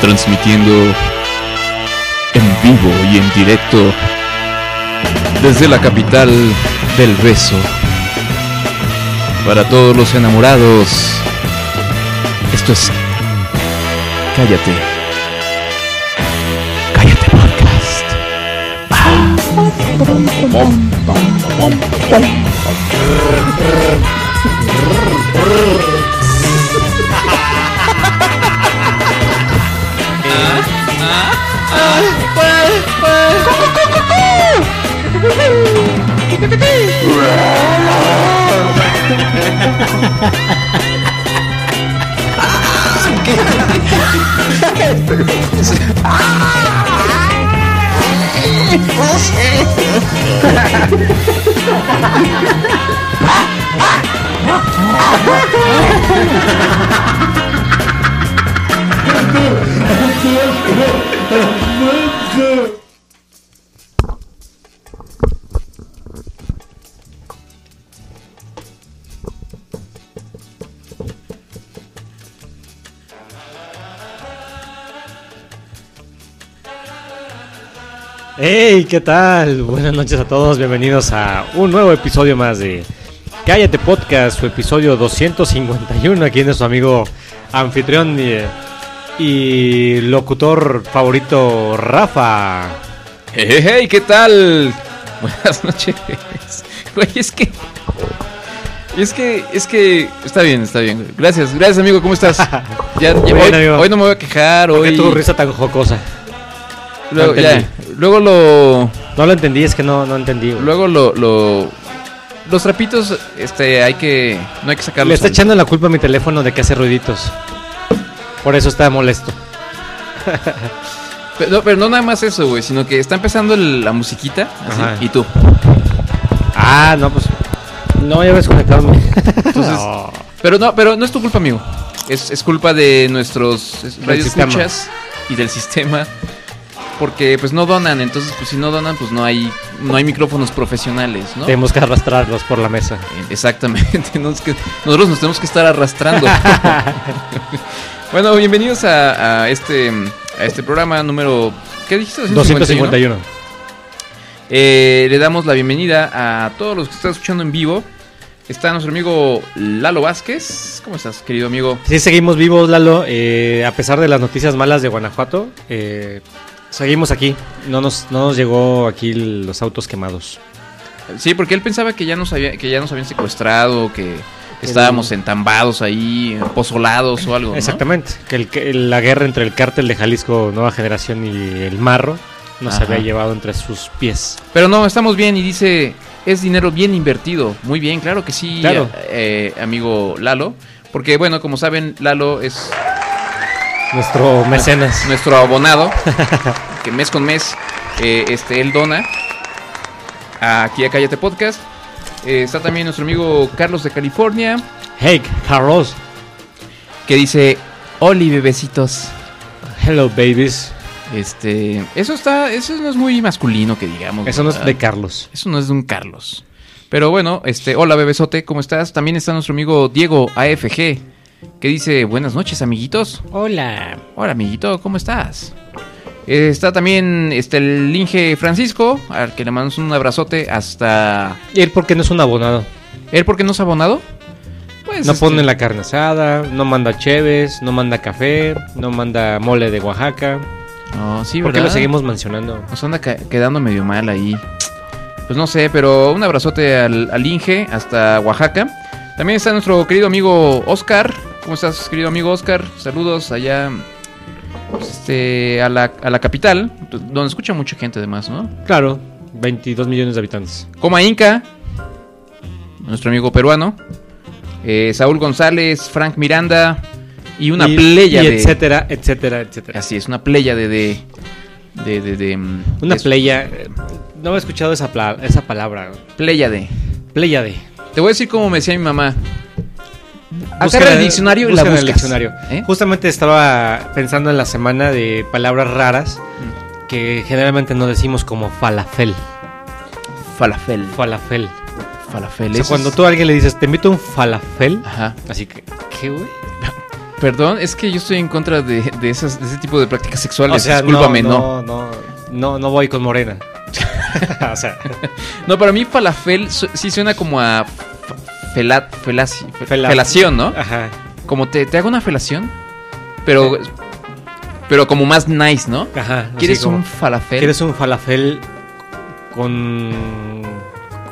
transmitiendo en vivo y en directo desde la capital del beso. Para todos los enamorados, esto es Cállate. Cállate podcast. Ah. ¡Hey! ¿Qué tal? Buenas noches a todos, bienvenidos a un nuevo episodio más de Cállate Podcast, su episodio 251. Aquí nuestro amigo anfitrión y, y locutor favorito, Rafa. Hey, hey, hey, ¿qué tal? Buenas noches. Güey, es que. Es que, es que. Está bien, está bien. güey. Gracias, gracias, amigo. ¿Cómo estás? Ya, ya- Bien, hoy, amigo. hoy no me voy a quejar. ¿Por qué Hoy, tu risa tan jocosa? luego, no entendí. ya, luego lo. No lo entendí, es que no, no entendí. güey. Luego lo. lo- los trapitos, este, hay que. No hay que sacarlos. Le está al- echando la culpa a mi teléfono de que hace ruiditos. Por eso está molesto. Pero, no, pero no nada más eso, güey, sino que está empezando el- la musiquita. así, Ajá. y tú. Ah, no, pues. No, ya habías conectado. mi- No. Pero no, pero no es tu culpa, amigo. Es, es culpa de nuestros es- Del radioescuchas y del sistema. Porque pues no donan, entonces pues si no donan, pues no hay, no hay micrófonos profesionales, ¿no? Tenemos que arrastrarlos por la mesa. Eh, Exactamente, nos que- nosotros nos tenemos que estar arrastrando. bueno, bienvenidos a, a este a este programa número ¿qué dijiste? 251. Eh, le damos la bienvenida a todos los que están escuchando en vivo. Está nuestro amigo Lalo Vázquez. ¿Cómo estás, querido amigo? Sí, seguimos vivos, Lalo. eh, a pesar de las noticias malas de Guanajuato, eh, seguimos aquí. No nos, no nos llegó aquí los autos quemados. Sí, porque él pensaba que ya nos, había, que ya nos habían secuestrado, que estábamos entambados ahí, pozolados o algo. ¿no? Exactamente. Que, el- que la guerra entre el cártel de Jalisco Nueva Generación y el Marro nos Ajá. había llevado entre sus pies. Pero no, estamos bien y dice, es dinero bien invertido. Muy bien, claro que sí, Claro. eh, amigo Lalo. Porque bueno, como saben, Lalo es Nuestro mecenas. nuestro abonado, que mes con mes eh, este, él dona aquí a Cállate Podcast. Eh, está también nuestro amigo Carlos de California, Hey, Carlos. que dice, Oli bebecitos. Hello, babies. Este, eso está, eso no es muy masculino que digamos. Eso no es ¿verdad? de Carlos. Eso no es de un Carlos. Pero bueno, este, hola bebesote, ¿cómo estás? También está nuestro amigo Diego AFG, que dice, "Buenas noches, amiguitos." Hola. Hola, amiguito, ¿cómo estás? Eh, Está también este, el Inge Francisco, al que le mandamos un abrazote hasta ¿Y él por qué no es un abonado? él porque no es abonado. Pues No este, pone la carne asada, no manda cheves, no manda café, no manda mole de Oaxaca. No, sí, ¿Por qué ¿verdad? lo seguimos mencionando? Nos Pues anda ca- quedando medio mal ahí. Pues no sé, pero un abrazote al, al Inge hasta Oaxaca. También está nuestro querido amigo Oscar. ¿Cómo estás, querido amigo Oscar? Saludos allá pues, este, a, la, a la capital, donde escucha mucha gente además, ¿no? Claro, 22 millones de habitantes. Coma Inca, nuestro amigo peruano. eh, Saúl González, Frank Miranda y una Y- playa y de... etcétera, etcétera, etcétera. Así es, una playa de... de, de, de- de, mm, Una es- playa. eh, No he escuchado esa, pla- esa palabra. playa de... Playa de. Te voy a decir cómo me decía mi mamá. Agarra el diccionario y la busca en buscas. el diccionario. ¿Eh? Justamente estaba pensando en la semana de palabras raras Mm. que generalmente no decimos como falafel. Falafel. Falafel. Falafel. O sea, eso cuando es- tú a alguien le dices, te invito a un falafel. Ajá. Así que, ¿qué, güey? Perdón, es que yo estoy en contra de, de esas, de ese tipo de prácticas sexuales. Discúlpame, no. no. No, no, no voy con Morena. o sea, No, para mí falafel su- sí suena como a f- fela- felaci- fe- Fela- felación, ¿no? ajá. Como te, te hago una felación, pero, pero como más nice, ¿no? Ajá. así ¿Quieres como- un falafel? ¿Quieres un falafel con,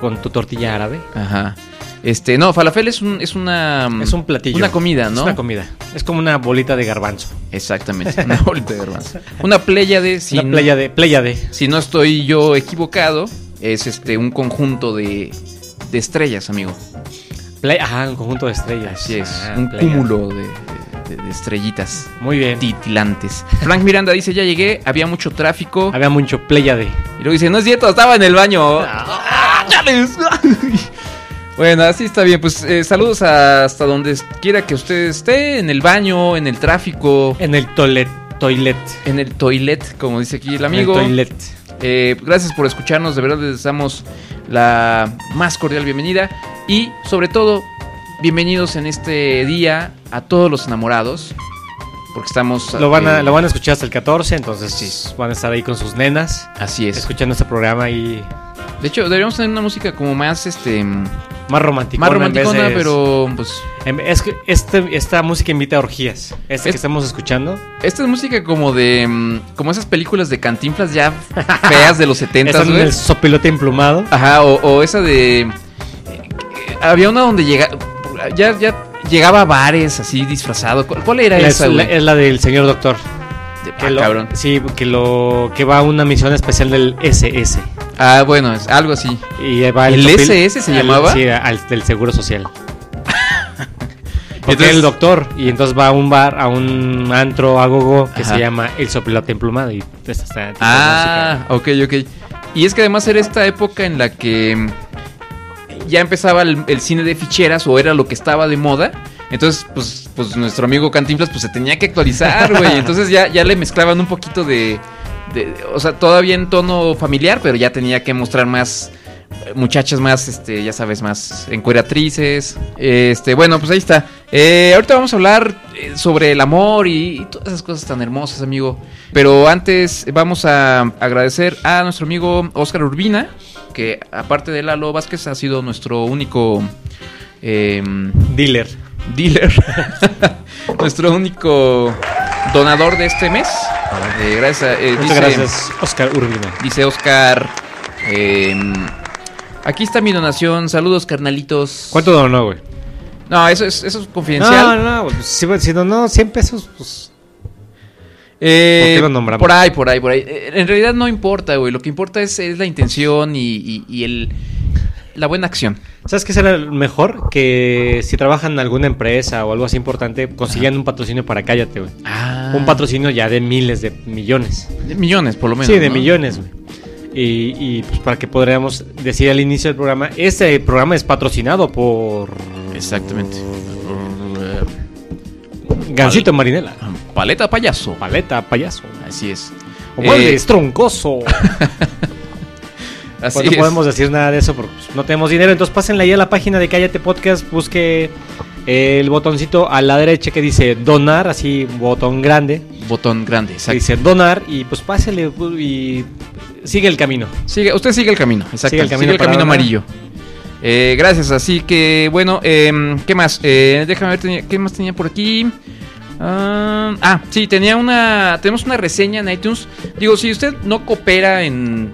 con tu tortilla árabe? Ajá. Este, no, falafel es, un, es una... mm, Es un platillo. Una comida, ¿no? Es una comida. Es como una bolita de garbanzo. Exactamente, una bolita de garbanzo. Una playa de... Si, una playa de, playa de. No, si no estoy yo equivocado, es este un conjunto de, de estrellas, amigo. playa- ajá, un conjunto de estrellas. Así es, Ah, un playa. cúmulo de, de- de- de estrellitas Muy bien. titilantes. Frank Miranda dice, ya llegué, había mucho tráfico. Había mucho playa de. Y luego dice, no es cierto, estaba en el baño. ¡Ah, chales! Bueno, así está bien. Pues eh, saludos a- hasta donde quiera que usted esté, en el baño, en el tráfico, En el toilet. Toilet. en el toilet, como dice aquí el amigo. En el toilet. Eh, gracias por escucharnos, de verdad les damos la más cordial bienvenida y sobre todo bienvenidos en este día a todos los enamorados, porque estamos... Lo van, a, eh, lo van a escuchar hasta el 14, entonces sí, van a estar ahí con sus nenas. Así es. Escuchando este programa y De hecho, deberíamos tener una música como más, este, más más romántico. romanticona, pero pues Es que este, esta música invita a orgías. Esta Es- que estamos escuchando. esta es música como de, mm, como esas películas de cantinflas ya feas de los 70 Están en el sopilote emplumado. Ajá, o, o esa de. eh, Había una donde llega, ya, ya llegaba a bares así disfrazado. ¿Cuál, cuál era La- es, esa, la, güey? es la del señor doctor. De- Que ah, lo- cabrón. Sí, que lo que va a una misión especial del SS. Ah, bueno, es algo así. Y ahí va ¿El sopil- SS se al- llamaba? Sí, al del Seguro Social. Porque Entonces- es el doctor y entonces va a un bar, a un antro, a gogo que Ajá. se llama El Sopilote Emplumado y está- está- está Ah, ok, ok. Y es que además era esta época en la que mm, ya empezaba el, el cine de ficheras o era lo que estaba de moda. Entonces, pues, pues nuestro amigo Cantinflas pues se tenía que actualizar, güey. Entonces ya, ya le mezclaban un poquito de, de- O sea, todavía en tono familiar, pero ya tenía que mostrar más... eh, Muchachas más, este, ya sabes, más encueratrices. Este, bueno, pues ahí está. Eh, ahorita vamos a hablar eh, sobre el amor y, y todas esas cosas tan hermosas, amigo. Pero antes vamos a agradecer a nuestro amigo Oscar Urbina, que aparte de Lalo Vázquez ha sido nuestro único em, Dealer. dealer, nuestro único donador de este mes. Eh, gracias. a- eh, Muchas dice- gracias, Oscar Urbina. Dice Oscar. em, aquí está mi donación. Saludos, carnalitos. ¿Cuánto donó, güey? No, eso es, eso es No, confidencial. no, pues, si, si donó 100 pesos, pues. Eh, ¿Por qué lo nombramos? Por ahí, por ahí, por ahí. Eh, En realidad no importa, güey. Lo que importa es, es la intención y, y- y el, la buena acción. ¿Sabes qué será mejor? Que si trabajan en alguna empresa o algo así importante, consigan un patrocinio para Cállate, güey. Ah, Un patrocinio ya de miles, de millones. De millones, por lo menos. sí, de ¿no? millones, güey. Y, y, pues, para que podríamos decir al inicio del programa, este programa es patrocinado por Exactamente. Gansito Marinela, Paleta payaso. Paleta, Payaso, Así es. o Eh, Muebles Troncoso. así Pues no es. podemos decir nada de eso porque pues, no tenemos dinero. Entonces pásenle ahí a la página de Cállate Podcast, busque el botoncito a la derecha que dice donar, así botón grande, Botón grande, que exacto. dice donar y pues pásenle pu- y sigue el camino. Sigue, usted sigue el camino, exacto. Sigue el camino, para donar. amarillo. Eh, gracias, así que bueno, em, ¿qué más? Eh, déjame ver, tenía- ¿qué más tenía por aquí? Ah, ah, sí, tenía una, tenemos una reseña en iTunes. Digo, si usted no coopera en,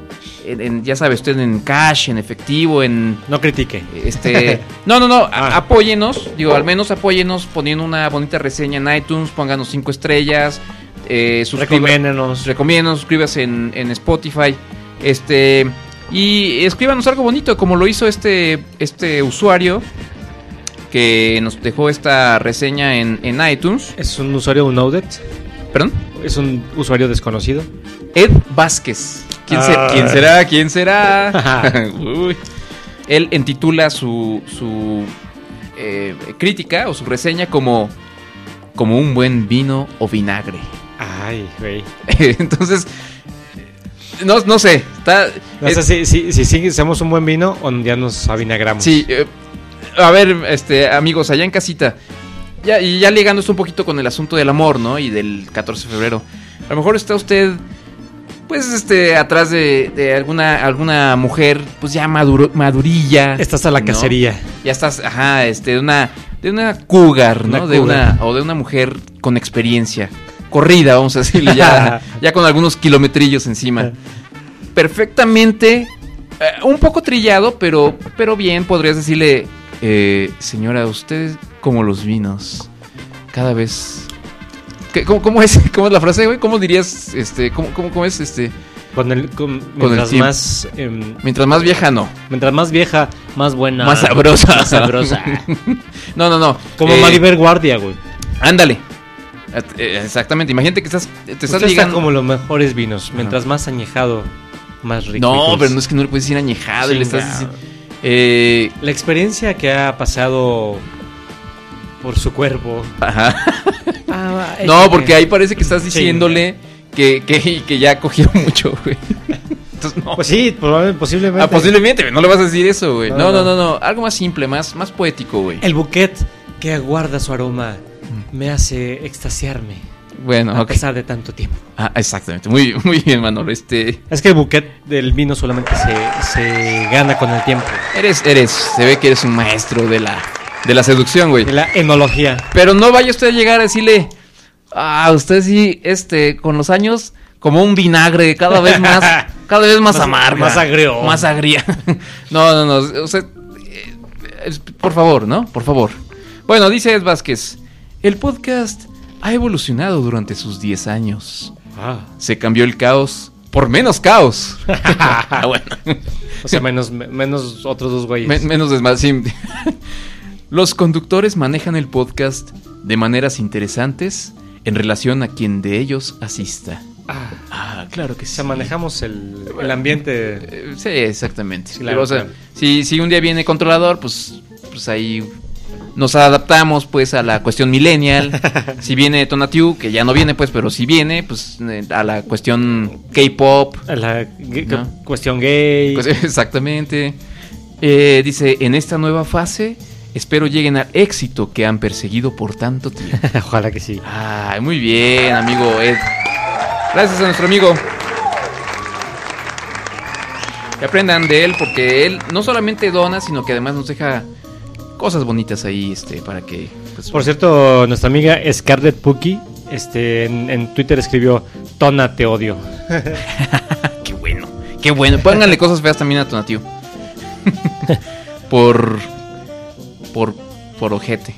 en- en, ya sabe usted, en cash, en efectivo, en, No critique. este, no, no, no, a- Ah. apóyenos, digo, al menos apóyenos poniendo una bonita reseña en iTunes, pónganos cinco estrellas, eh, suscríbase, Recomiéndanos. recomiéndanos, suscríbase en, en Spotify, este, y escríbanos algo bonito, como lo hizo este, este usuario que nos dejó esta reseña en, en iTunes, Es un usuario de un audit. perdón, Es un usuario desconocido. Ed Vázquez. ¿Quién, se- Ah. ¿quién será? ¿Quién será? Uy. Él entitula su, su eh, crítica o su reseña como, como un buen vino o vinagre. Ay, güey. Entonces, no, no sé. Está, No sé eh, si, si, si, sigue- somos un buen vino o ya nos avinagramos. sí, eh, a ver, este, amigos, allá en casita. Ya, y ya ligando esto un poquito con el asunto del amor, ¿no? Y del 14 de febrero. A lo mejor está usted, pues, este, atrás de, de alguna, alguna mujer, pues ya maduro, madurilla. Estás a la ¿no? cacería. Ya estás, ajá, este, de una, de una cougar, ¿no? Una de cougar. una, o de una mujer con experiencia. Corrida, vamos a decirle, ya, ya con algunos kilometrillos encima. Perfectamente, eh, un poco trillado, pero, pero bien, podrías decirle, eh, señora, usted es como los vinos, cada vez... ¿Qué- cómo, cómo es, ¿Cómo es la frase, güey? ¿Cómo dirías, este, cómo, cómo- cómo es, este, Con el, con- el mientras tiempo. más em, mientras más vieja, no, mientras más vieja, más buena. más sabrosa. Más sabrosa. no, no, no. Como Eh, Maribel Guardia, güey. Pues Ándale. At- eh, Exactamente, imagínate que estás, te estás Usted está ligando... como los mejores vinos. Mientras más añejado, más rico. pues No, pero no es que no le puedes decir añejado, y le estás Chingado. diciendo... Eh, La experiencia que ha pasado por su cuerpo. ajá. Ah, No, porque ahí parece que estás Sí. diciéndole que, que, que ya cogió mucho, güey. Entonces, no. Pues sí, proba- posiblemente. Ah, posiblemente, güey, no le vas a decir eso, güey. No, No, no, no. no, no. Algo más simple, más, más poético, güey. El buquet que aguarda su aroma me hace extasiarme Bueno, a Mm. ok. pesar de tanto tiempo. Ah, exactamente. Muy, muy bien, Manolo. Este. Es que el buquet del vino solamente se, se gana con el tiempo. Eres, eres. Se ve que eres un maestro de la, de la seducción, güey. De la enología. Pero no vaya usted a llegar a decirle, ah, usted sí, este, con los años, como un vinagre, cada vez más, cada vez más, Más- amarga. más agrio. Más agria. no, no, no, o sea, eh, es- por favor, ¿no? Por favor. Bueno, dice Ed Vázquez, el podcast ha evolucionado durante sus 10 años. Ah. Se cambió el caos por menos caos. Ah, bueno. O sea, menos, me- menos otros dos güeyes. Men- menos desmadre, sí. Los conductores manejan el podcast de maneras interesantes en relación a quien de ellos asista. Ah, Ah, claro que o sea, manejamos el, el ambiente. Eh, Sí, exactamente. Sí, la Pero, o sea, verdad. si, si un día viene controlador, pues, pues ahí nos adaptamos pues a la cuestión millennial. si viene Tonatiu, que ya no viene pues, pero si viene, pues eh, a la cuestión K-pop. La gu- No. cu- cuestión gay. Pues, exactamente. Eh, dice, en esta nueva fase espero lleguen al éxito que han perseguido por tanto tiempo. Ojalá que sí. Ay, muy bien, amigo Ed. Gracias a nuestro amigo. Que aprendan de él porque él no solamente dona, sino que además nos deja cosas bonitas ahí este, para que... pues, Por cierto, nuestra amiga Scarlett Pucky este, en, en Twitter escribió: Tona, te odio. Qué bueno, qué bueno. Pónganle cosas feas también a Tonatiu. por. Por. Por ojete.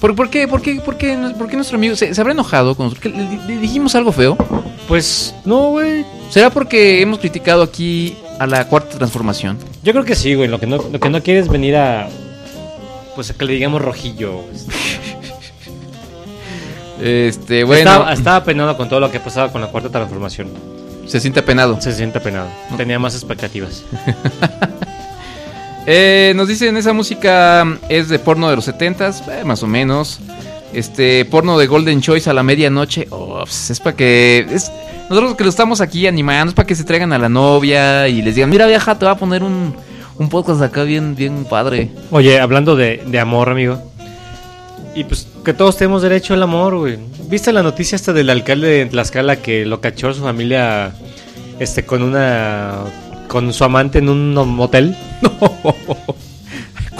¿Por, por qué? ¿Por qué? ¿Por qué? nos- por qué nuestro amigo se, se habrá enojado con nosotros? ¿Qué- ¿Le, le dijimos algo feo? Pues no, güey. ¿Será porque hemos criticado aquí a la cuarta transformación? Yo creo que sí, güey. Lo que no, lo que no quiere es venir a. Pues a que le digamos rojillo. Este, bueno, Estaba, estaba apenado con todo lo que pasaba con la cuarta transformación. se siente apenado. Se siente apenado. Tenía más expectativas. Eh, nos dicen esa música mm, es de porno de los 70s, eh, más o menos. Este porno de Golden Choice a la medianoche. oh, pues, es para que. Es, nosotros que lo estamos aquí animando, es para que se traigan a la novia y les digan: Mira, vieja, te voy a poner un, un podcast acá bien, bien padre. Oye, hablando de, de amor, amigo. Y pues que todos tenemos derecho al amor, güey. ¿Viste la noticia esta del alcalde de Tlaxcala que lo cachó su familia este con una con su amante en un hotel?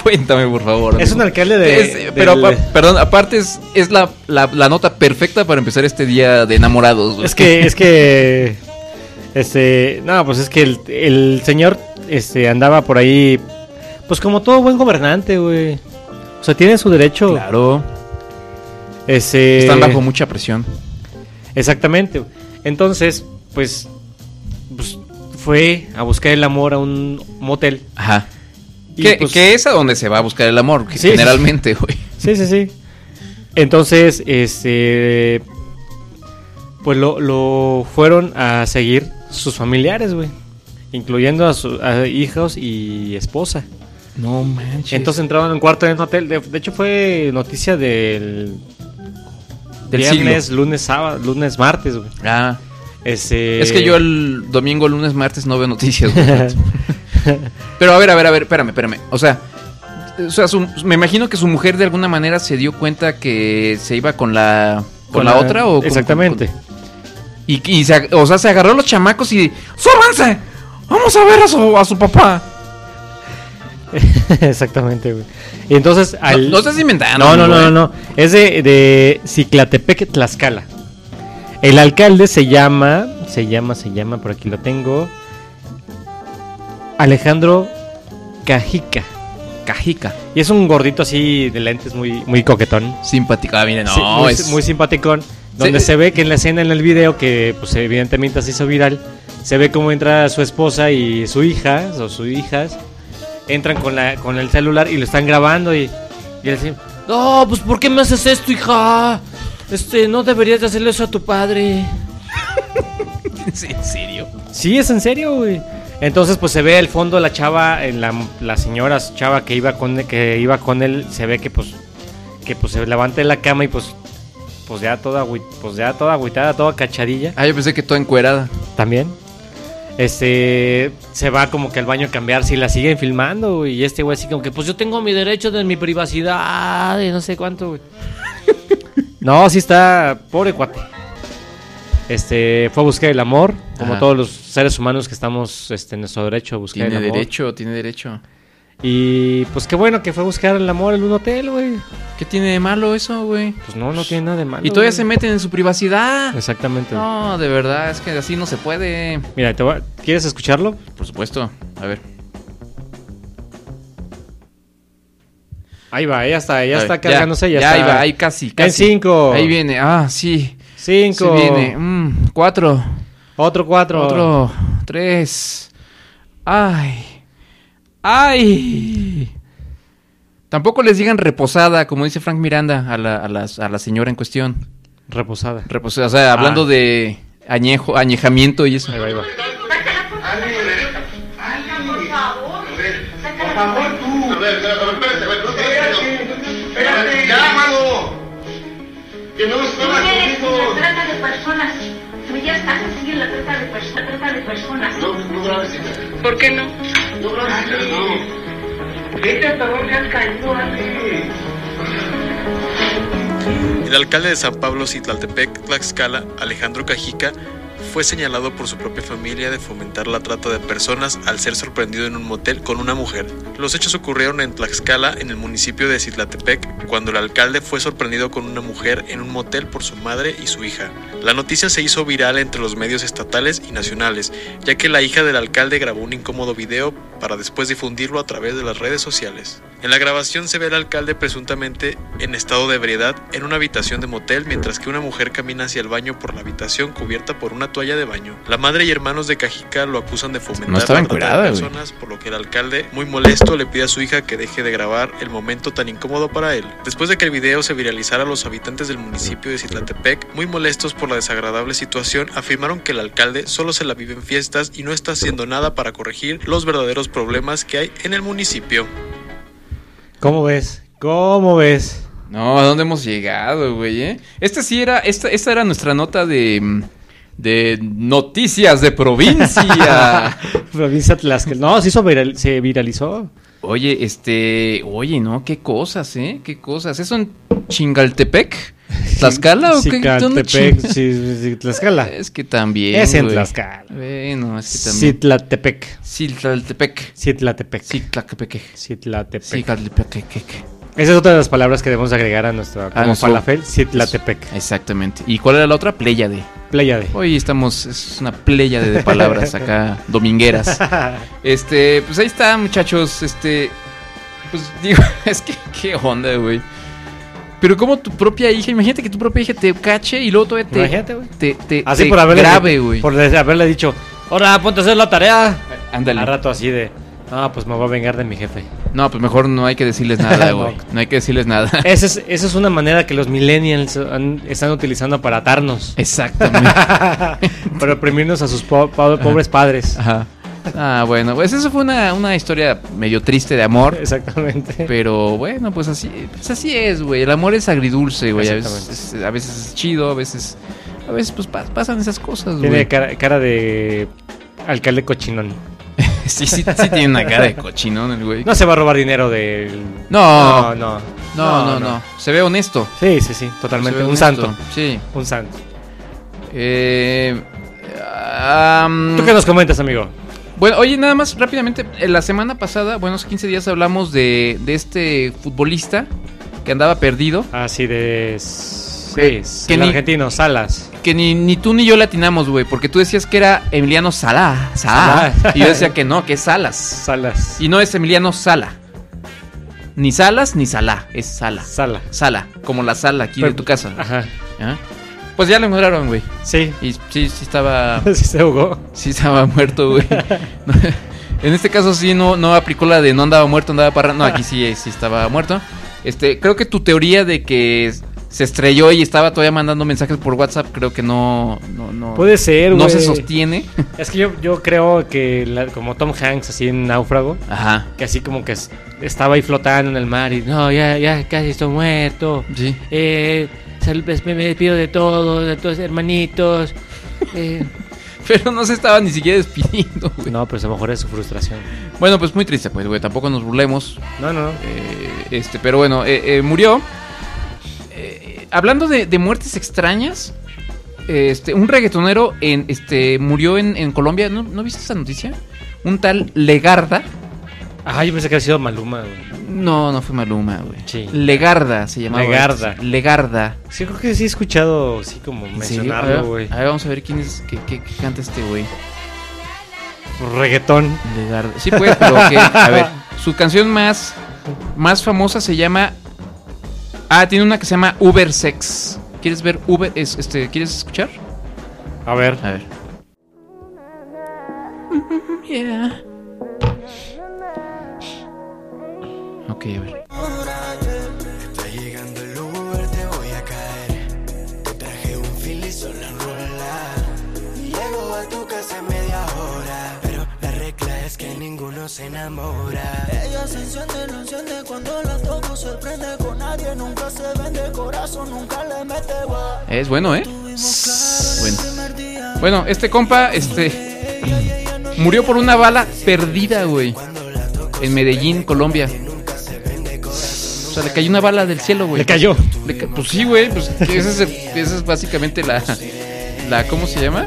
Cuéntame, por favor. Es un amigo. alcalde de Es, eh, del- pero, pa- perdón, aparte es, es la, la- la nota perfecta para empezar este día de enamorados. güey. Es que es que este, no, pues es que el, el señor este andaba por ahí pues como todo buen gobernante, güey. O sea, tiene su derecho. Claro. Este, Están bajo mucha presión. Exactamente. Entonces, pues, pues, fue a buscar el amor a un motel. Ajá. Y, Que, pues, que es a donde se va a buscar el amor, que Sí. generalmente, güey. Sí, sí, sí. Entonces, este, pues lo, lo fueron a seguir sus familiares, güey. Incluyendo a, sus hijos y esposa. No manches. Entonces entraron en un cuarto en un hotel. De, de hecho, fue noticia del, Del viernes, lunes, sábado, lunes, martes, güey. Ah, eh, Este, es que yo el domingo, lunes, martes no veo noticias. güey. Pero a ver, a ver, a ver, espérame, espérame. O sea, o sea, su- me imagino que su mujer de alguna manera se dio cuenta que se iba con la con, la, otra o con- Exactamente. con- y, y se, ag- o sea, se agarró a los chamacos y ¡súbanse! Vamos a ver a su, a su papá. Exactamente, güey. Y entonces No- al No, estás inventando. No, no, no, güey. no, no. Es de, de Ciclatepec, Tlaxcala. El alcalde se llama, se llama, se llama, por aquí lo tengo. Alejandro Cajica. Cajica. Y es un gordito así de lentes muy, muy coquetón. Simpática. Ah, mira, no, Sí, muy, es muy simpaticón. Donde Sí. se ve que en la escena, en el video, que pues evidentemente se hizo viral, se ve cómo entra su esposa y su hija, o sus hijas, entran con, la, con el celular y lo están grabando y, y él así, no, pues ¿por qué me haces esto, hija? Este, no deberías de hacerle eso a tu padre. en serio. Sí, es en serio, güey. Entonces, pues se ve al fondo la chava, eh, la, la señora chava que iba con que iba con él, se ve que pues que pues se levanta de la cama y pues pues ya toda agüi- pues ya toda agüitada, toda cachadilla. Ah, yo pensé que toda encuerada. Pues, También. Este se va como que al baño a cambiarse y la siguen filmando güey, y este güey así como que pues yo tengo mi derecho de mi privacidad y no sé cuánto. güey. no, sí está pobre cuate. Este fue a buscar el amor, como Ajá. todos los seres humanos que estamos este en nuestro derecho a buscar Tiene el amor. derecho, tiene derecho. Y pues qué bueno que fue a buscar el amor en un hotel, güey. ¿Qué tiene de malo eso, güey? Pues no, no tiene nada de malo. Y todavía güey. se meten en su privacidad. Exactamente. No, de verdad, es que así no se puede. Mira, te voy a- ¿quieres escucharlo? Por supuesto. A ver. Ahí va, ya está, ya A está ver, cargándose, ya, ya está. ahí va, ahí casi, En casi. cinco. Ahí viene, ah, sí. Sí Cinco. viene. Mm, cuatro. Otro cuatro. Otro. Tres. Ay. Ay. Tampoco les digan reposada, como dice Frank Miranda a la, a las- a la señora en cuestión. Reposada. Reposada, o sea, hablando Ah. de añejo, añejamiento y eso. Ahí va, ahí va. Por favor, Por favor, tú. A ver, a ver, espérate, a ver, no te Espérate. Llámalo. Que no nos pongas Mujeres que conmigo. la trata de personas. Bellas casas siguen la trata de, perso- la trata de personas. No, no grabes, hija. ¿Por qué no? No grabes, hija, no. Vete hasta dónde has caído, Ale. El alcalde de San Pablo Citlaltepec, Tlaxcala, Alejandro Cajica, fue señalado por su propia familia de fomentar la trata de personas al ser sorprendido en un motel con una mujer. Los hechos ocurrieron en Tlaxcala, en el municipio de Citlaltepec, cuando el alcalde fue sorprendido con una mujer en un motel por su madre y su hija. La noticia se hizo viral entre los medios estatales y nacionales, ya que la hija del alcalde grabó un incómodo video para después difundirlo a través de las redes sociales. En la grabación se ve al alcalde presuntamente en estado de ebriedad en una habitación de motel mientras que una mujer camina hacia el baño por la habitación cubierta por una toalla de baño. La madre y hermanos de Cajica lo acusan de fomentar No estaba la trata de encuerada, güey. personas, por lo que el alcalde, muy molesto, le pide a su hija que deje de grabar el momento tan incómodo para él. Después de que el video se viralizara, los habitantes del municipio de Citlatepec, muy molestos por la desagradable situación, afirmaron que el alcalde solo se la vive en fiestas y no está haciendo nada para corregir los verdaderos problemas que hay en el municipio. ¿Cómo ves? ¿Cómo ves? No, ¿a dónde hemos llegado, güey? eh? Esta sí era, esta, esta era nuestra nota de, mm, de noticias de provincia. Provincia Tlaxcala. No, se hizo viral- se viralizó. oye, este, oye, no, qué cosas, ¿eh? Qué cosas. ¿Eso en Chingaltepec? ¿Tlaxcala o qué? ¿Dónde Cicatepec, chingas? sí, sí, Tlaxcala. Es que también, Es en güey. Tlaxcala. Bueno, es que también. Citlatepec. Citlaltepec. Citlatepec. Citlaltepec. Citlatepec. Citlaltepec. Esa es otra de las palabras que debemos agregar a nuestra como nuestro- falafel. Citlatepec. Exactamente. ¿Y cuál era la otra? Pléyade. Playa de. Hoy estamos, es una pléyade de palabras acá, domingueras. Este, pues ahí está, muchachos. Este, pues digo, es que, ¿qué onda, güey? Pero como tu propia hija, imagínate que tu propia hija te cache y luego todavía te, Imagínate, güey. te, te, Así te por haberle, grabe, güey. por de- haberle dicho, ahora ponte a hacer la tarea. Al Ándale. rato así de, ah, pues me voy a vengar de mi jefe. No, pues mejor no hay que decirles nada, No. güey. No hay que decirles nada. Esa es, esa es una manera que los millennials han- están utilizando para atarnos. Exactamente. para oprimirnos a sus po- po- pobres padres. Ajá. Ah, bueno, pues eso fue una, una historia medio triste de amor. Exactamente. Pero bueno, pues así, pues así es, güey. El amor es agridulce, güey. A Exactamente. veces, es- a veces es chido, a veces, a veces pues pas- pasan esas cosas, Tiene güey. cara, cara de alcalde cochinón. Sí, sí, sí tiene una cara de cochinón el güey. No se va a robar dinero del... No. no, no, No, no, no. Se ve honesto. Sí, sí, sí, totalmente. Se ve Un honesto. santo. Sí. Un santo. Eh, am, ¿Tú qué nos comentas, amigo? Bueno, oye, nada más rápidamente. en La semana pasada, bueno, hace 15 días hablamos de, de este futbolista que andaba perdido. Así de... Que- Sí, que el ni- argentino, Salas. Que ni, ni tú ni yo le atinamos, güey. Porque tú decías que era Emiliano Salah. Salah. Salah. Y yo decía que no, que es Salas. Salas. Y no es Emiliano Sala. Ni Salas ni Salah. Es Sala. Sala. Sala. Como la sala aquí de Pero- tu casa. Ajá. Ajá. Pues ya lo encontraron, güey. Sí. Y sí, sí estaba. Sí se jugó. Sí estaba muerto, güey. No, en este caso sí no, no aplicó la de no andaba muerto, andaba parra. No, aquí sí, sí estaba muerto. Este, creo que tu teoría de que se estrelló y estaba todavía mandando mensajes por WhatsApp, creo que no, no, no. Puede ser, güey. no se sostiene. Es que yo, yo creo que la- como Tom Hanks, así en Náufrago, Ajá. que así como que es- estaba ahí flotando en el mar y no, ya, ya casi estoy muerto. Sí. Eh, sal- me, me despido de todos, de todos hermanitos. Eh, Pero no se estaba ni siquiera despidiendo, güey. No, pero a lo mejor es su frustración. Bueno, pues muy triste, pues, güey. Tampoco nos burlemos. No, no, no. Eh, este, pero bueno, eh, eh, murió. Eh, hablando de, de muertes extrañas, eh, este, un reggaetonero en, este, murió en, en Colombia. ¿No, ¿No viste esa noticia? Un tal Legarda. Ah, yo pensé que había sido Maluma, güey. No, no fue Maluma, güey. Sí. Legarda se llamaba. Legarda. Legarda. Sí, creo que sí he escuchado, sí, como ¿En serio? A ver, mencionarlo, güey. A ver, vamos a ver quién es, qué, qué- qué canta este güey. Reggaetón. Legarda. Sí, pues, pero que, a ver, su canción más, más famosa se llama... Ah, tiene una que se llama Uber Sex. ¿Quieres ver Uber? es- este, ¿Quieres escuchar? A ver. A ver. Ok, a ver. Está llegando el Uber, te voy a caer. Te traje un fili solo en Llego a tu casa en media hora, pero la regla es que ninguno se enamora. Ella se enciende, no enciende cuando la toco, se prende con nadie, nunca se vende, corazón nunca le mete va. Es bueno, ¿eh? Bueno. Bueno, este compa, este. Murió por una bala perdida, güey. En Medellín, Colombia. O sea, le cayó una bala del cielo, güey. Le cayó. Le ca- pues sí, güey. Pues esa es, el- esa es básicamente la. La, ¿cómo se llama?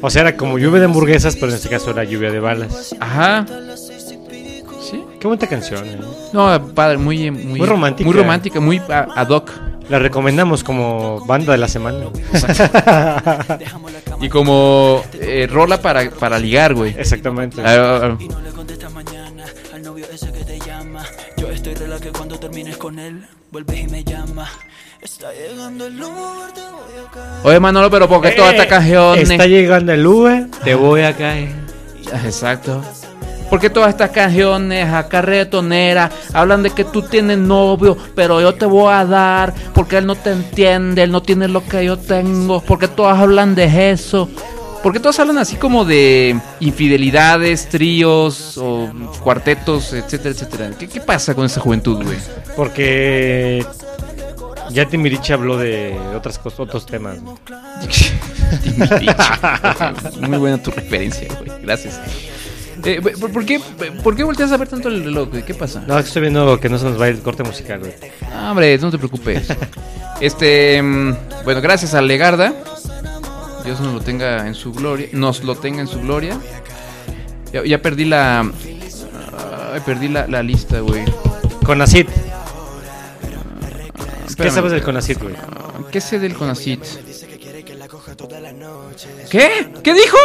O sea, era como lluvia de hamburguesas, pero en este caso era lluvia de balas. Ajá. Sí. Qué bonita canción, eh. No, padre, muy, muy, Muy romántica. Muy romántica, muy a- ad hoc. La recomendamos como banda de la semana. Y como eh, rola para, para ligar, güey. Ah, Exactamente. A ver, a ver. Y no le contestas mañana al novio ese que te llama. Yo estoy rela que cuando termines con él, vuelves y me llama. Está llegando el Uber, te voy a caer. Oye, Manolo, pero ¿por qué toda esta canción? Eh, Está llegando el Uber, te voy a caer. Exacto. Porque todas estas canciones acá reggaetoneras hablan de que tú tienes novio, pero yo te voy a dar, porque él no te entiende, él no tiene lo que yo tengo, porque todas hablan de eso. Porque todas hablan así como de infidelidades, tríos o cuartetos, etcétera, etcétera. ¿Qué, qué pasa con esa juventud, güey? Porque ya Timbiriche habló de otras cosas, otros temas. ¿no? Muy buena tu referencia, güey. Gracias. Eh, ¿por, por qué, ¿Por qué volteas a ver tanto el reloj, güey? ¿Qué pasa? No, estoy viendo que no se nos va el corte musical, güey. Ah, hombre, no te preocupes. Este, mm, bueno, gracias a Legarda. Dios nos lo tenga en su gloria. Nos lo tenga en su gloria. Ya, ya perdí la. ay, perdí la, la lista, güey. Conacit. ¿Qué Espérame. sabes del Conacit, güey? ¿Qué sé del Conacit? ¿Qué? ¿Qué dijo?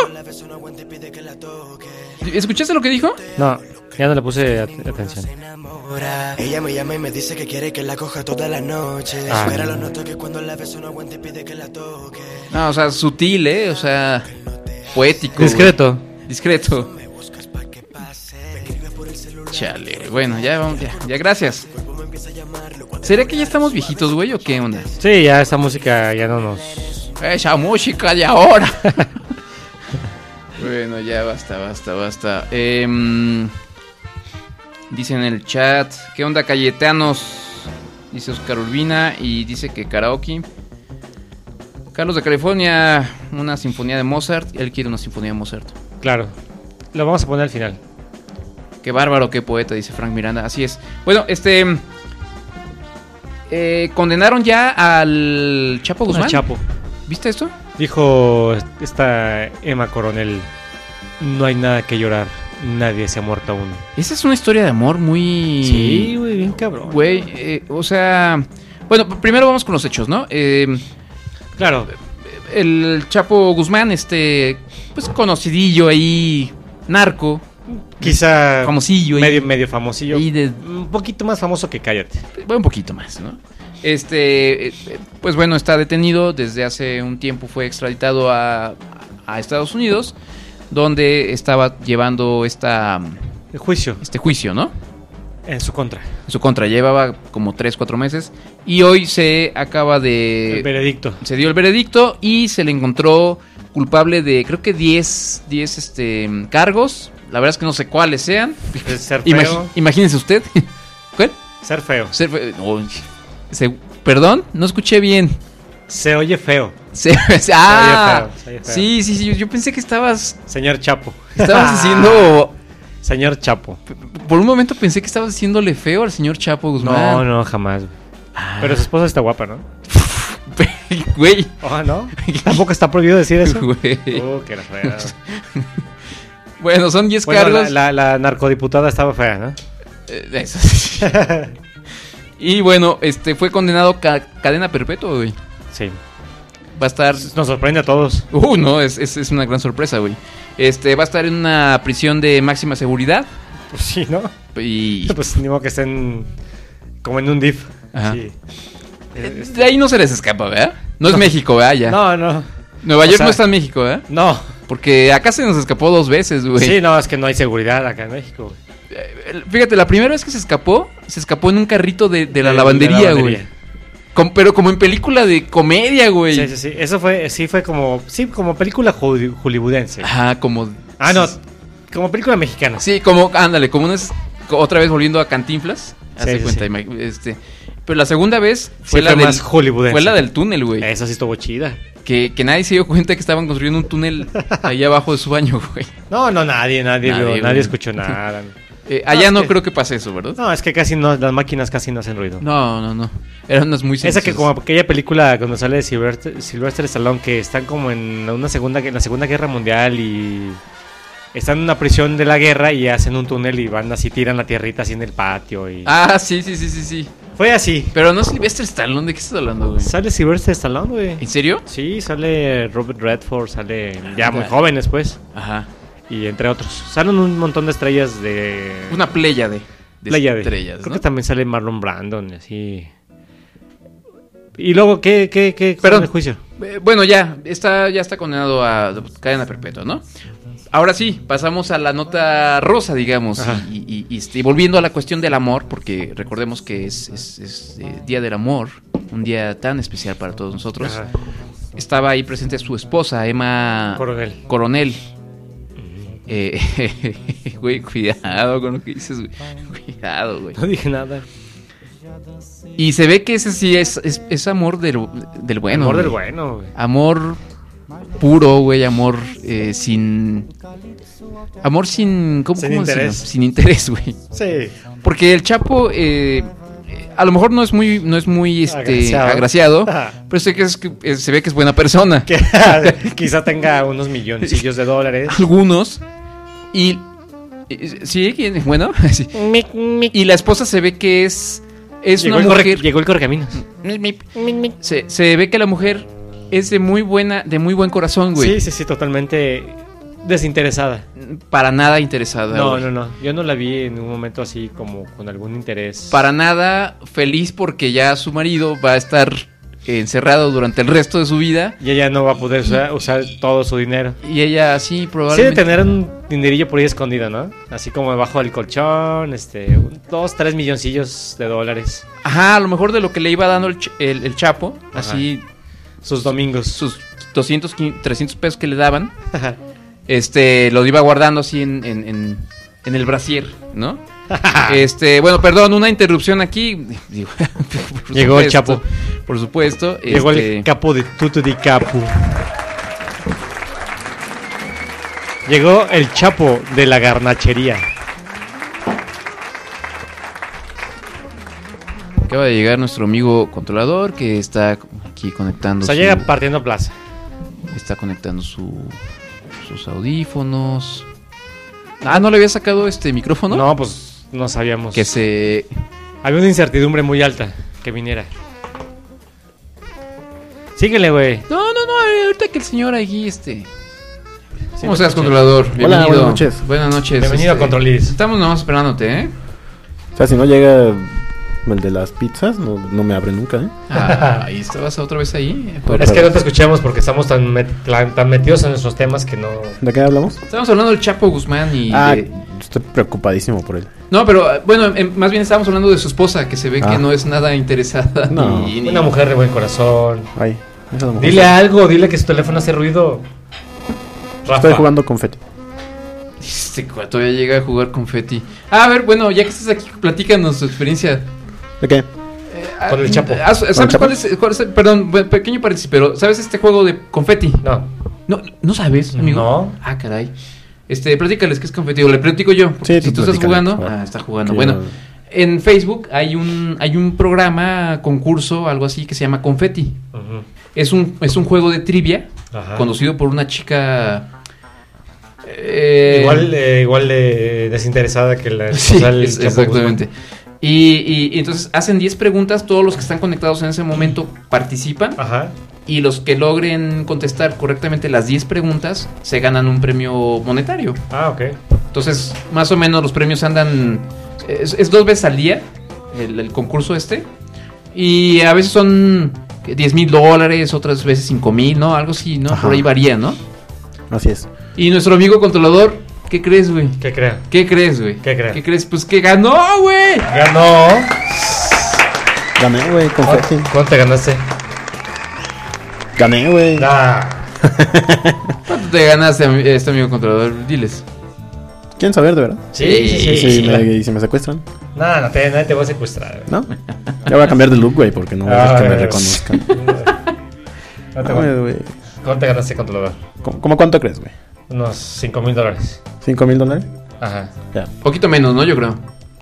¿Escuchaste lo que dijo? No, ya no le puse at- atención. Enamora. Ella me llama y me dice que quiere que la coja toda la noche. Ah. Pero lo noto que cuando la beso no aguanta y pide que la toque. No, o sea, sutil, ¿eh? O sea, poético. güey. Discreto. Discreto. Chale, bueno, ya vamos, ya, ya, gracias. ¿Será que ya estamos viejitos, güey, o qué onda? Sí, ya esta música ya no nos. Esa música de ahora. bueno, ya basta, basta, basta. Em, dice en el chat, ¿qué onda, Cayetanos? Dice Oscar Urbina y dice que karaoke. Carlos de California, una sinfonía de Mozart. Él quiere una sinfonía de Mozart. Claro. Lo vamos a poner al final. Qué bárbaro, qué poeta, dice Frank Miranda. Así es. Bueno, este. eh, condenaron ya al Chapo Al Guzmán. Chapo. ¿Viste esto? Dijo esta Emma Coronel, no hay nada que llorar, nadie se ha muerto aún. Esa es una historia de amor muy. güey, bien cabrón. Güey, eh, o sea. Bueno, primero vamos con los hechos, ¿no? Eh, Claro, el Chapo Guzmán, este. Pues conocidillo ahí. Narco. quizá Famosillo ahí. Ah, medio, medio famosillo. ahí de- Un poquito más famoso que Cállate. Bueno, un poquito más, ¿no? Este, eh, eh, pues bueno, está detenido, desde hace un tiempo fue extraditado a, a Estados Unidos, donde estaba llevando esta, El juicio este juicio, ¿no? en su contra. En su contra, llevaba como 3, 4 meses, y hoy se acaba el de... veredicto. Se dio el veredicto y se le encontró culpable de creo que 10, 10 este, cargos, la verdad es que no sé cuáles sean. Es ser feo. Imagi- imagínense usted. ¿Cuál? Ser feo. Se- fue- no, se- perdón, no escuché bien. Se oye feo, Se- ah, oye feo, se oye feo. sí, sí, sí. Yo, yo pensé que estabas, señor Chapo. estabas haciendo. Señor Chapo. Pues Por un momento pensé que estabas haciéndole feo al señor Chapo Guzmán. No, no, jamás. güey. Ah. Pero su esposa está guapa, ¿no? güey, Oh, ¿no? Tampoco está prohibido decir eso. Ah, güey. Oh, que era fea. Bueno, son 10 Bueno, la, cargos. la- la narcodiputada estaba fea, ¿no? Eh, eso sí. y bueno, este fue condenado a cadena perpetua, güey. Sí. Va a estar. Nos sorprende a todos. Uh, no, es, es- es una gran sorpresa, güey. Este va a estar en una prisión de máxima seguridad. Pues sí, ¿no? Y Pues ni modo que estén como en un div. Ajá. Sí. Eh, De ahí no se les escapa, ¿verdad? No es México, ¿verdad? Ya. No, no. Nueva o York sea- no está en México, ¿verdad? No. Porque acá se nos escapó dos veces, güey. Sí, no, es que no hay seguridad acá en México. güey. Eh, Fíjate, la primera vez que se escapó, se escapó en un carrito de, de la Eh, lavandería, güey. lavandería. Com- pero como en película de comedia, güey. Sí, sí, sí. Eso fue, sí fue como, sí, como película holly- hollywoodense. Ajá, como... Ah, no. Como película mexicana. Sí, como, ándale, como unas... co- Otra vez volviendo a Cantinflas. Sí, Hace sí, cuenta, sí. ima- este... Pero la segunda vez fue, Sí, la, fue del, más hollywoodense. Eh. fue la del túnel, güey. Esa sí estuvo chida. Que, que nadie se dio cuenta que estaban construyendo un túnel ahí abajo de su baño, güey. No, no, nadie, nadie, Nadie, vio, güey. nadie escuchó nada. Eh, No, allá es no que- creo que pase eso, ¿verdad? No, es que casi no, las máquinas casi no hacen ruido. No, no, no. Eran unas muy Esa sencillas. que como aquella película cuando sale Silvestre, Silvestre Stallone que están como en una segunda en la Segunda Guerra Mundial y están en una prisión de la guerra y hacen un túnel y van así tiran la tierrita así en el patio y Ah, sí, sí, sí, sí, sí. fue así. Pero no es Sylvester Stallone, ¿de qué estás hablando, güey? Sale Silvestre Stallone, güey. ¿En serio? Sí, sale Robert Redford, sale ya muy Ah. jóvenes pues Ajá. y entre otros. Salen un montón de estrellas de Una playa de, Playa de- estrellas, Creo ¿no? que también sale Marlon Brandon y así. Y luego qué qué qué qué Perdón. el juicio. Eh, bueno, ya está, ya está condenado a cadena perpetua, ¿no? Ahora sí, pasamos a la nota rosa, digamos, Ajá. y, y- y, este, volviendo a la cuestión del amor, porque recordemos que es, es- es, eh, Día del Amor, un día tan especial para todos nosotros. Ajá. Estaba ahí presente su esposa, Emma Coronel. Coronel. Eh, güey, cuidado con lo que dices, güey. Cuidado, güey. No dije nada. Y se ve que ese sí es, es, es amor del, del bueno. Amor del güey. bueno, güey. Amor puro, güey. Amor eh, sin. Amor sin. ¿Cómo, Sin cómo decirlo? interés. Sin interés, güey. Sí. Porque el Chapo. eh, eh, a lo mejor no es muy, no es muy este, Agraciado. agraciado, Ajá. pero sé que es- que eh, se ve que es buena persona. Que quizá tenga unos milloncillos de dólares. algunos y y- sí ¿quién? bueno sí. y la esposa se ve que es es llegó, una el corre, mujer llegó el correcaminos. se, se ve que la mujer es de muy buena de muy buen corazón güey Sí, sí, sí, totalmente desinteresada. para nada interesada No, güey. no, no. Yo no la vi en un momento así como con algún interés. para nada feliz porque ya su marido va a estar encerrado durante el resto de su vida Y ella no va a poder usar, usar todo su dinero. y ella sí Sí, de probablemente tener un dinerillo por ahí escondido, ¿no? Así como debajo del colchón, este, un- dos, tres milloncillos de dólares. ajá a lo mejor de lo que le iba dando el, ch- el- el chapo Ajá. así Sus domingos. sus 200 quin- 300 pesos que le daban Este, lo iba guardando así en, en, en- en el brasier, ¿no? este, bueno, perdón, una interrupción aquí. Digo, por Llegó el supuesto, Chapo. Por supuesto. Llegó el este, capo de Tutu di Capu. Llegó el chapo de la garnachería. Acaba de llegar nuestro amigo controlador que está aquí O conectando. sea, su- llega partiendo plaza. Está conectando su, sus audífonos. Ah, ¿no le había sacado este micrófono? ¿No? pues no sabíamos. Que se... Había una incertidumbre muy alta que viniera. Síguele, güey. No, no, no, eh, ahorita que el señor aquí este... Sí, ¿Cómo no estás, escuché. controlador? Bienvenido. buenas noches. Buenas noches. este, Bienvenido a Controlis. Estamos nomás esperándote, ¿eh? O sea, si no llega el de las pizzas, no, no me abre nunca, ¿eh? Ah, ahí estabas otra vez ahí. eh, Otra Es que no vez. te escuchamos porque estamos tan, met- tan- tan metidos en nuestros temas que no. ¿De qué hablamos? Estábamos hablando del Chapo Guzmán y... Ah, de- estoy preocupadísimo por él. No, pero eh, bueno, em, más bien estábamos hablando de su esposa, que se ve Ah. que no es nada interesada. No. ni- ni- Una mujer de buen corazón. Ay, eso a lo mejor Dile sí. algo, dile que su teléfono hace ruido. Estoy Rafa. jugando confeti. Este cuate todavía llega a jugar confeti. Ah, a ver, bueno, ya que estás aquí, platícanos tu experiencia. ¿De qué? Con el Chapo. Ah, ¿Sabes ¿Con el Chapo? cuál es, cuál es- Perdón, bueno, pequeño paréntesis, pero ¿sabes este juego de confeti? No. No, no sabes, amigo. No. Ah, caray. Este, platícales que es confeti. O le platico yo. porque Sí, si tú tú estás platícale, jugando. por favor. Ah, está jugando. Que Bueno, yo- en Facebook hay un, hay un programa, concurso, algo así, que se llama Confeti. Ujú. Es un, es un juego de trivia Ajá. conducido por una chica. eh, igual eh, igual de desinteresada que la Sí, esposa del es- Chapo exactamente. Y, y- y entonces hacen 10 preguntas, todos los que están conectados en ese momento participan Guzmán. Ajá. y los que logren contestar correctamente las 10 preguntas se ganan un premio monetario. Ah, ok. Entonces, más o menos los premios andan... Es, es dos veces al día el, el concurso este. Y a veces son 10 mil dólares, otras veces 5 mil, ¿no? Algo así, ¿no? Ajá. Por ahí varía, ¿no? Así es. Y nuestro amigo controlador, ¿qué crees, güey? ¿Qué crea? ¿Qué crees, güey? ¿Qué creo? ¿Qué crees? Pues que ganó, güey. Ganó. Gané, güey, confeti. ¿Cuánto, cuánto te ganaste? Gané, güey. Nah. ¿Cuánto te ganaste, ami- este amigo controlador? Diles. ¿Quieren saber, de verdad? Sí, sí, sí. Y si sí, me, la- y si me secuestran, Nah, no te, nadie te va a secuestrar. güey. ¿no? Ya voy a cambiar de look, güey, porque no voy a Ah, hacer que me güey. reconozcan. No te va- Ah, güey, güey. ¿Cuánto te ganaste controlador? ¿Cómo, cómo cuánto crees, güey? Unos 5 mil dólares. ¿Cinco mil dólares? Ajá. Ya, Poquito menos, ¿no? Yo creo.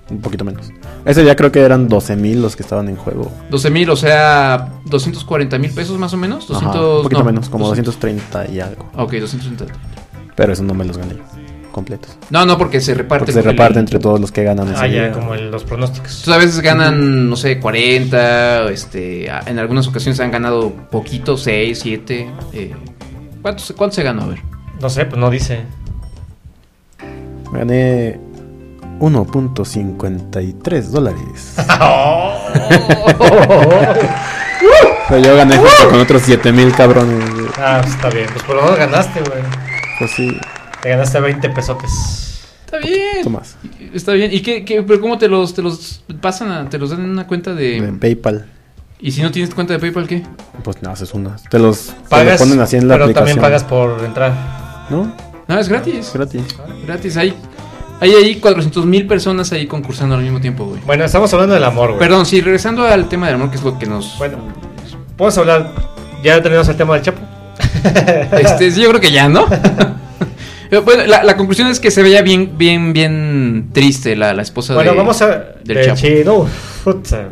un poquito menos. Ese ya creo que eran 12 mil los que estaban en juego. 12 mil, o sea, 240 mil pesos más o menos. 200, Ajá, un poquito no, menos, como 200. 230 y algo. Ok, 230. Pero eso no me los gané completos. No, no, porque se reparte. Porque se el- reparte entre todos los que ganan. ese Ah, ya, día. como el- los pronósticos. Entonces a veces ganan, no sé, 40, este, a- en algunas ocasiones han ganado poquito, 6, 7. Eh. ¿Cuánto, se- ¿Cuánto se ganó? A ver. No sé, pues no dice. Gané 1.53 dólares. Ah, Pero yo gané junto con otros 7 mil cabrones. güey. Ah, pues está bien. Pues por lo menos ganaste, güey. Pues sí, Te ganaste 20 pesotes. Está bien. Tomás. Está bien. ¿Y qué, qué- pero cómo te los, te los pasan? a- ¿Te los dan en una cuenta de... En PayPal. ¿Y si no tienes cuenta de PayPal qué? Pues no, haces una. Te los, te Pagas, los ponen así en la pero aplicación. también pagas por entrar. ¿No? No, es gratis. Es gratis. Gratis, hay, hay ahí 400 mil personas ahí concursando al mismo tiempo, güey. Bueno, estamos hablando del amor, güey. Perdón, sí, regresando al tema del amor, que es lo que nos... Bueno, podemos hablar. Ya terminamos el tema del Chapo. Este, sí, yo creo que ya, ¿no? Eh, bueno, la, la conclusión es que se veía bien, bien, bien triste la, la esposa Bueno, de... vamos a. del del Chapo. chi- no, puta.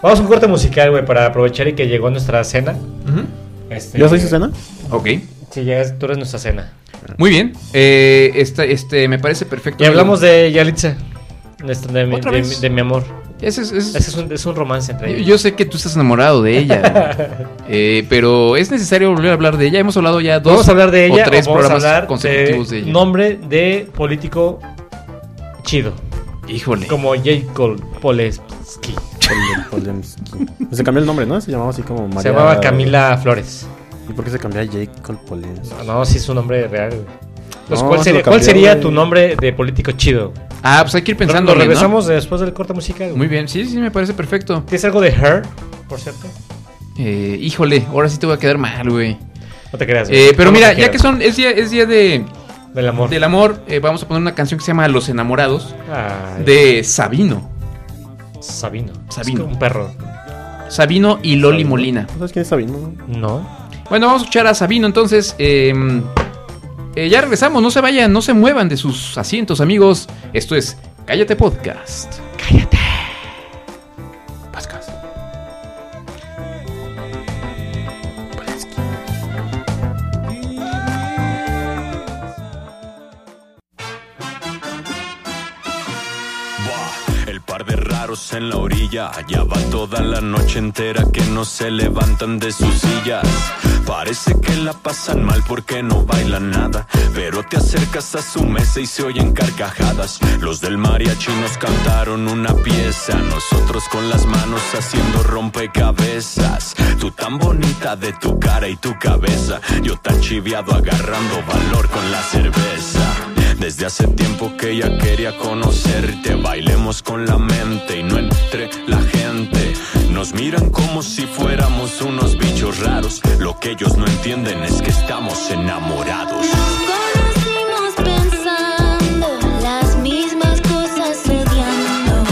Vamos a un corte musical, güey, para aprovechar y que llegó nuestra cena. Ujú, Este, ¿Yo soy Susana? Ok, Sí, ya, tú eres nuestra cena. muy bien. Eh, este, este, me parece perfecto. Y hablamos de Yalitza. nuestra- De, mi- ¿Otra de, vez? mi- de mi amor. Ese es- ese es- Ese es un, es un romance entre Yo- ellos. Yo sé que tú estás enamorado de ella, güey. Eh, pero es necesario volver a hablar de ella. Hemos hablado ya dos vamos a hablar de ella. o tres vamos programas a hablar consecutivos de, ella. Nombre de político chido. Híjole. Como J. Cole Polesky. Pol- Polemski. Se cambió el nombre, ¿no? Se llamaba así como María... Se llamaba Camila Flores. ¿Y por qué se cambió a Jacob Polemski? No, no, sí es un nombre real. güey. Pues, No, ¿cuál, se sería, lo cuál cambió, sería güey. tu nombre de político chido? Ah, pues hay que ir pensando. Nos regresamos después del corte musical. Muy bien, sí, sí, me parece perfecto. ¿Tienes algo de Her, por cierto? Eh, híjole, ahora sí te voy a quedar mal, güey. No te creas. güey. Eh, pero No, no mira, te ya creas. que son, es día, es día de, Del amor. del amor, eh, vamos a poner una canción que se llama Los Enamorados Ay, de Sabino. Sabino. Sabino. Es que un perro. Sabino y Loli Sabino. Molina. ¿Sabes quién Pues es Sabino? No. Bueno, vamos a escuchar a Sabino entonces. eh, eh, ya regresamos, no se vayan, no se muevan de sus asientos, amigos. Esto es Cállate Podcast. Cállate. Pásala en la orilla. Ya va toda la noche entera que no se levantan de sus sillas. Parece que la pasan mal porque no bailan nada. Pero te acercas a su mesa y se oyen carcajadas. Los del mariachi nos cantaron una pieza. Nosotros con las manos haciendo rompecabezas. Tú tan bonita de tu cara y tu cabeza. Yo tan chiviado agarrando valor con la cerveza. Desde hace tiempo que ella quería conocerte, bailemos con la mente y no entre la gente. Nos miran como si fuéramos unos bichos raros. Lo que ellos no entienden es que estamos enamorados. Conocimos pensando las mismas cosas sediando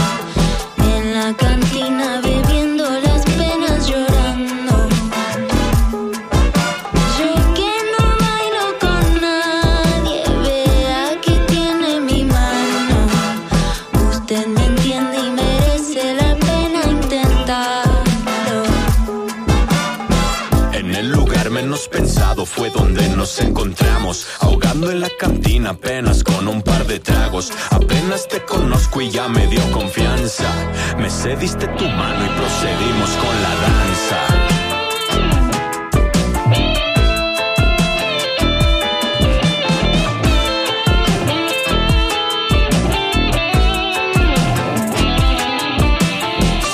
En la cantina bebiendo las penas llorando Yo que no bailo con nadie Vea que tiene mi mano Usted me entiende y merece la pena intentarlo En el lugar menos pensado fue donde nos encontramos. Ahogando en la cantina apenas con un par de tragos. Apenas te conozco y ya me dio confianza. Me cediste tu mano y procedimos con la danza.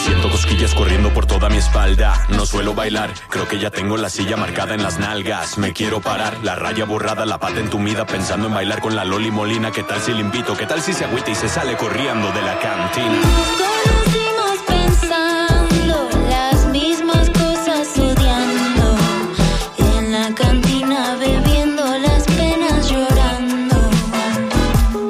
Siento cosquillas corriendo por toda mi espalda. No suelo bailar, creo que ya tengo la silla marcada en las nalgas. Me quiero parar, la raya borrada, la pata entumida, pensando en bailar con la Loli Molina. ¿Qué tal si le invito? ¿Qué tal si se agüita y se sale corriendo de la cantina? Nos conocimos pensando las mismas cosas odiando En la cantina bebiendo las penas llorando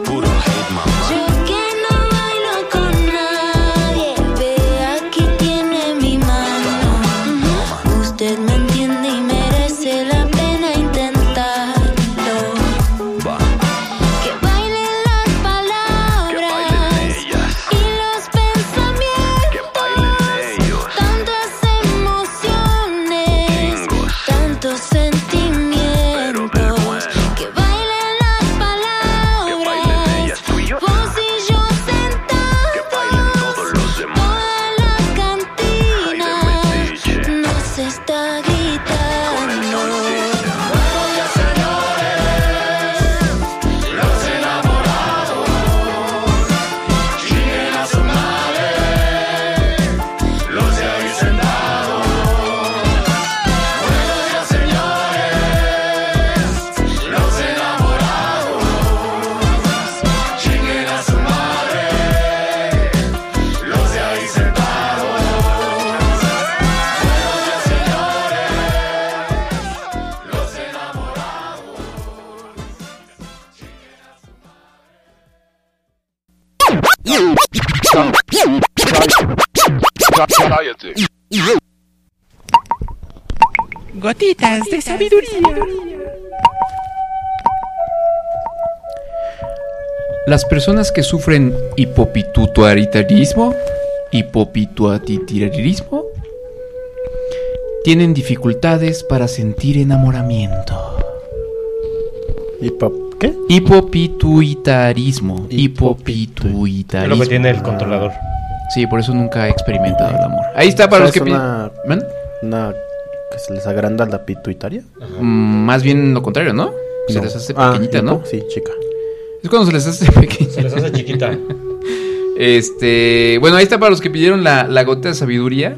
Puro hate, mamá. Yo que no bailo con nadie Vea que tiene mi mano Usted me entiende y merece la pena intentarlo Va, que bailen las que bailen palabras ellas, y los pensamientos, que bailen ellos. tantas emociones, Chingos. tantos Pero sentimientos. del bueno. Que bailen las Que bailen ellas, palabras, tú y yo. vos y yo Que bailen todos sentados, los demás. toda Ay, de la metiche. cantina nos está gritando. Gotitas de sabiduría. Las personas que sufren hipopituitarismo, hipopituitarismo, tienen dificultades para sentir enamoramiento. ¿Y pa qué? Hipopituitarismo, Es lo que hipopituitarismo. tiene el controlador. Sí, por eso nunca he experimentado el amor. Ahí está para los O que sea, es pi- una- ¿Man? Una que se les agranda la pituitaria. Mm, Más bien lo contrario, ¿no? Se No. les hace Ah, pequeñita, ¿hipo? ¿no? Sí, chica. Es cuando se les hace pequeña. Se les hace chiquita. Este, bueno, ahí está para los que pidieron la, la gota de sabiduría.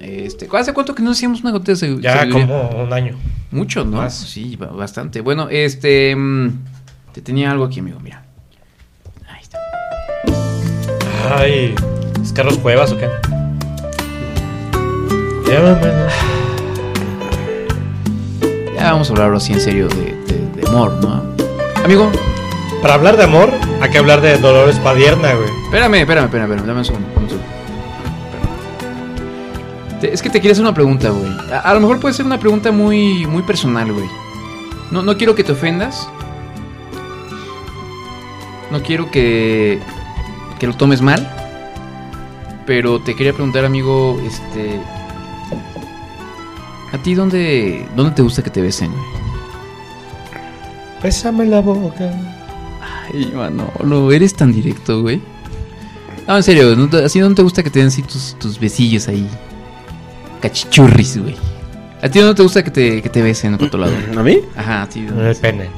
Este, ¿hace cuánto que no hacíamos una gota de sabi- Ya sabiduría? como un año. Mucho, ¿no? Más. Sí, ba- bastante. Bueno, este. mm, te tenía algo aquí, amigo, mira. Ahí está. Ay, ¿es Carlos Cuevas o qué? Llámame. Ya vamos a hablar así en serio de, de- de amor, ¿no? Amigo, Para hablar de amor, hay que hablar de Dolores Padierna, güey. espérame, espérame, espérame, espérame, dame un segundo. dame un segundo. Te- es que te quería hacer una pregunta, güey. A, a lo mejor puede ser una pregunta muy, muy personal, güey. No, no quiero que te ofendas. No quiero que, que lo tomes mal. Pero te quería preguntar, amigo, este... ¿A ti dónde, dónde te gusta que te besen? Pésame la boca. Ay, Manolo, eres tan directo, güey. No, en serio, ¿no te- así no te gusta que te den así tus, tus besillos ahí. Cachichurris, güey. ¿A ti no te gusta que te, que te besen por otro lado? ¿A mí? Ajá, a ti. En el pene.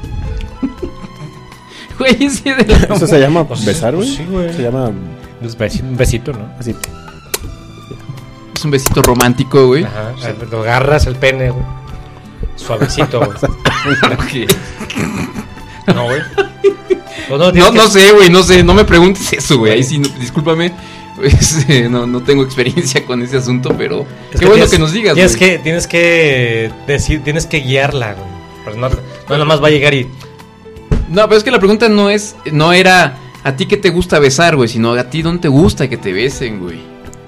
Güey, ese de la- ¿Eso se llama Pues, besar, güey? pues, sí, güey. Se llama Es besi- Un besito, ¿no? así. Es un besito romántico, güey. Ajá. Lo agarras el pene, güey. Suavecito, güey. Ok. No, güey. Pues no, No, tienes no que- sé, güey, no sé, no me preguntes eso, güey. Ahí sí, no- discúlpame. Este, no, no tengo experiencia con ese asunto, pero es qué bueno tienes- que nos digas, Tienes güey. que, tienes que decir, tienes que guiarla, güey. Pues no, no nada más va a llegar y. No, pero es que la pregunta no es, no era a ti que te gusta besar, güey, sino a ti dónde te gusta que te besen, güey.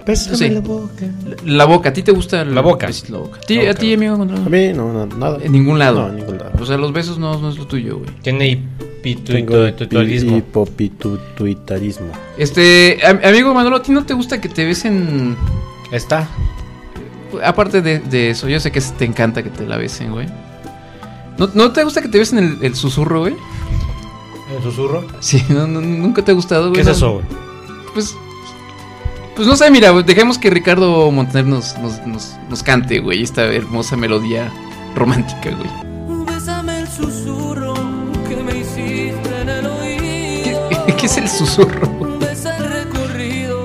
Bésame Sí. la boca. La, la boca, ¿a ti te gusta el- La boca. bes- la boca? ¿A ti, La a boca. ti, amigo? no? A mí no, no, nada. En ningún lado. Pues, No, en ningún lado. O sea, los besos no, no es lo tuyo, güey. Tiene Tengo hipituitualismo. hipopituitarismo. Este, am- amigo Manolo, ¿a ti no te gusta que te besen? Está. Aparte de, de eso, yo sé que te encanta que te la besen, güey. ¿No, no te gusta que te besen el, el susurro, güey? El susurro. Sí, no, no, nunca te ha gustado, güey. ¿Qué es ¿no? eso, güey? Pues, pues no sé, mira, güey, dejemos que Ricardo Montaner nos, nos, nos, nos cante, güey, esta hermosa melodía romántica, güey. Bésame el susurro que me hiciste en el ¿Qué, oído. qué es el susurro? Besa el recorrido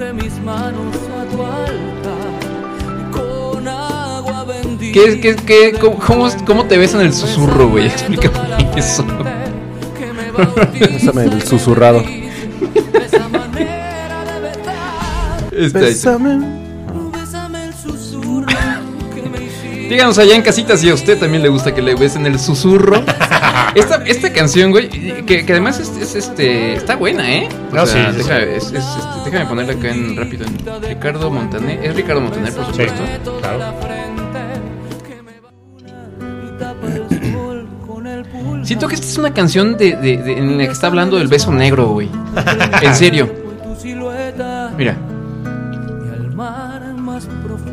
de mis manos a tu altar con agua bendita. ¿Qué es- qué- qué- cómo- cómo es- cómo te besan el susurro, güey? Explícame eso. Bésame el susurrado. Esa manera de besar. Está hecho. Bésame el susurro que me hiciste. Díganos allá en casita si a usted también le gusta que le besen el susurro. Esta, esta canción, güey, que, que además es, es, este, está buena, ¿eh? O No, sí, sí, deja- es- es, este, déjame ponerla acá en rápido. en Ricardo Montaner. Es Ricardo Montaner, por Sí, supuesto. claro. Siento que esta es una canción de, de- de- en la que está hablando del beso negro, güey. En serio. Mira,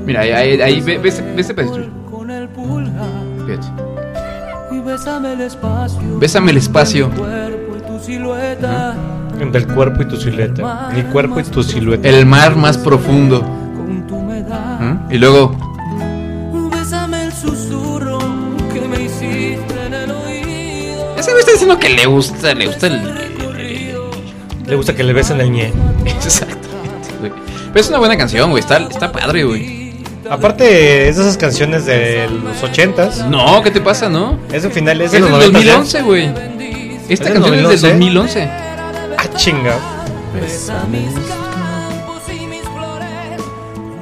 mira, ahí, ahí, ahí, ve, ve ese- ve ese pedacito. Fíjate. Bésame el espacio. Del cuerpo y tu silueta. Mi cuerpo y tu silueta. El mar más profundo. ¿Mm? Y luego, Bésame el susurro que me hiciste en el oído. ese güey está diciendo que le gusta, le gusta el, Le gusta que le besen el ñe. Exactamente, güey. Pero es una buena canción, güey. Está, está padre, güey. Aparte, es de esas canciones de los ochentas. No, ¿qué te pasa, no? Es el final, es Es de del los noventas. ¿eh? 2011, güey. Esta del canción es del 2011? 2011. Ah, chinga.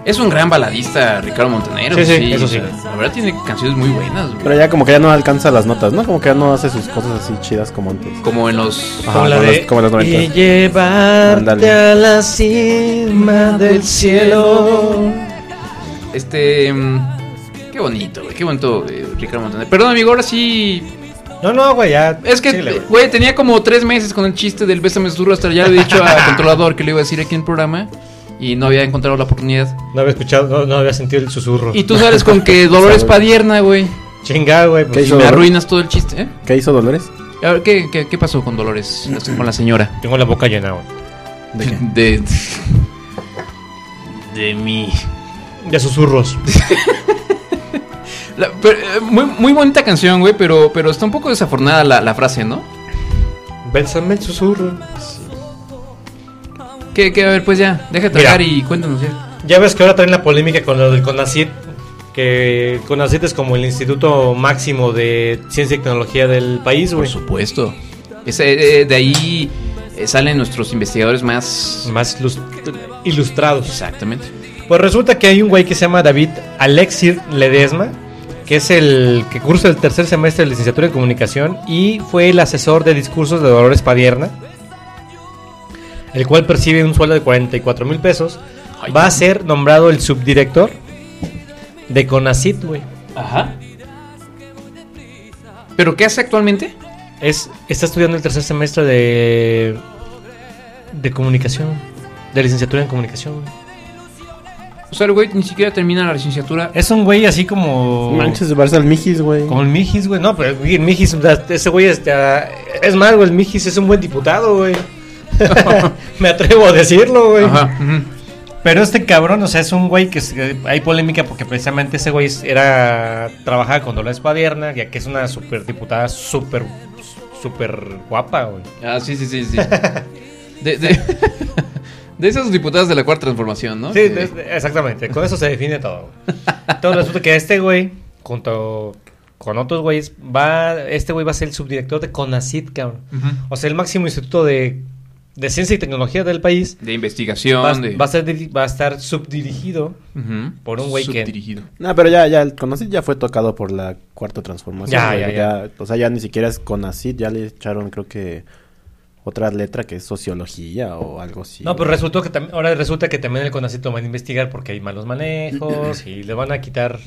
Es un gran baladista, Ricardo Montanero. Sí, sí, eso sí. La verdad tiene canciones muy buenas, güey. Pero ya como que ya no alcanza las notas, ¿no? Como que ya no hace sus cosas así chidas como antes. Como en los... Ajá, como los- como los 90. Y llevarte Ándale. a la cima del cielo. Este... mm, Qué bonito, güey. Qué bonito, eh, Ricardo Montaner. Perdón, amigo, ahora sí... No, no, güey, ya. Es que, síguele, güey. güey, tenía como tres meses con el chiste del Bésame Susurro. Hasta ya le he dicho al controlador que le iba a decir aquí en el programa. Y no había encontrado la oportunidad. No había escuchado, no, no había sentido el susurro. Y tú sales con que Dolores Padierna, güey. Chinga, güey. ¿Qué Pues, hizo? Me Dolores? arruinas todo el chiste, ¿eh? ¿Qué hizo Dolores? A ver, ¿qué, qué, qué pasó con Dolores? Las- Con la señora. Tengo la boca llena, güey. ¿De De, de mí. De susurros. La- pero, eh, muy, muy bonita canción, güey, pero, pero está un poco desafornada la, la frase, ¿no? Bésame el susurro. Que, que, a ver, pues ya, deja de Mira. tragar y cuéntanos ya. Ya ves que ahora traen la polémica con lo del CONACYT. Que el CONACYT es como el instituto máximo de ciencia y tecnología del país, Por güey. supuesto. Ese, eh, de ahí eh, salen nuestros investigadores más... Más lus- ilustrados. Exactamente. Pues resulta que hay un güey que se llama David Alexir Ledesma, que es el que cursa el tercer semestre de licenciatura en comunicación y fue el asesor de discursos de Dolores Padierna, el cual percibe un sueldo de 44 mil pesos. Va a ser nombrado el subdirector de CONACIT, güey. Ajá. ¿Pero qué hace actualmente? Es, está estudiando el tercer semestre de, de comunicación, de licenciatura en comunicación. güey. O sea, el güey ni siquiera termina la licenciatura. Es un güey así como... Manches, llevarse al Mijis, güey. Como el Mijis, güey. No, pero el Mijis, o sea, ese güey, este, ah, es más, güey, el Mijis es un buen diputado, güey. Me atrevo a decirlo, güey. Ajá. ujú. Pero este cabrón, o sea, es un güey que es- que hay polémica porque precisamente ese güey es- era trabajaba con Dolores Padierna, ya que es una super diputada súper súper guapa, güey. Ah, sí, sí, sí, sí. De, de, de esas diputadas de la cuarta transformación, ¿no? Sí, este. Que- es- exactamente, con eso se define todo. güey. Entonces resulta que este güey junto con otros güeyes va este güey va a ser el subdirector de CONACYT, cabrón. Ujú. O sea, el máximo instituto de de ciencia y tecnología del país. De investigación. Va, de... va a ser diri- va a estar subdirigido Ujú. por un güey que- Subdirigido. No, pero ya, ya, el Conacyt ya fue tocado por la cuarta transformación. Ya, güey, ya, O sea, ya ni siquiera es Conacyt, ya le echaron creo que otra letra que es sociología o algo así. No, pues pero güey. resultó que también, ahora resulta que también el CONACYT lo van a investigar porque hay malos manejos y le van a quitar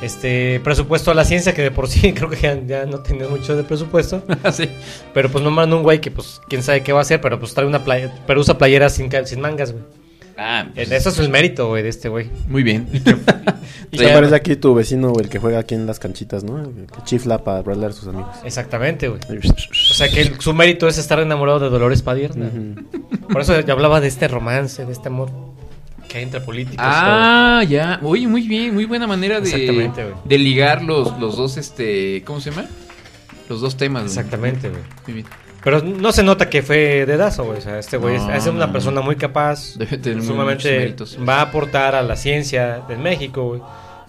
este presupuesto a la ciencia que de por sí creo que ya, ya no tenía mucho de presupuesto, sí. pero pues nombran un güey que pues quién sabe qué va a hacer, pero pues trae una playa, pero usa playeras sin, ca- sin mangas, güey. Eh, Ah, pues, Eso es el mérito, güey, de este güey. Muy bien. Y Se ya- parece aquí tu vecino, güey, el que juega aquí en las canchitas, ¿no? El que chifla para hablarle a sus amigos. Exactamente, güey. Eh, O sea que el- su mérito es estar enamorado de Dolores Padierna. Ujú. Por eso yo hablaba de este romance, de este amor que hay entre políticos. Ah, ya. Oye, muy bien, muy buena manera Exactamente, de, güey. de ligar los, los dos, este, ¿cómo se llama? Los dos temas. todo. güey. Exactamente, güey. Muy bien. Pero no se nota que fue dedazo, güey. O sea, este güey es- No, es, una no. persona muy capaz. Ah. Debe tener muy muchos sumamente méritos. va a aportar a la ciencia de México, güey.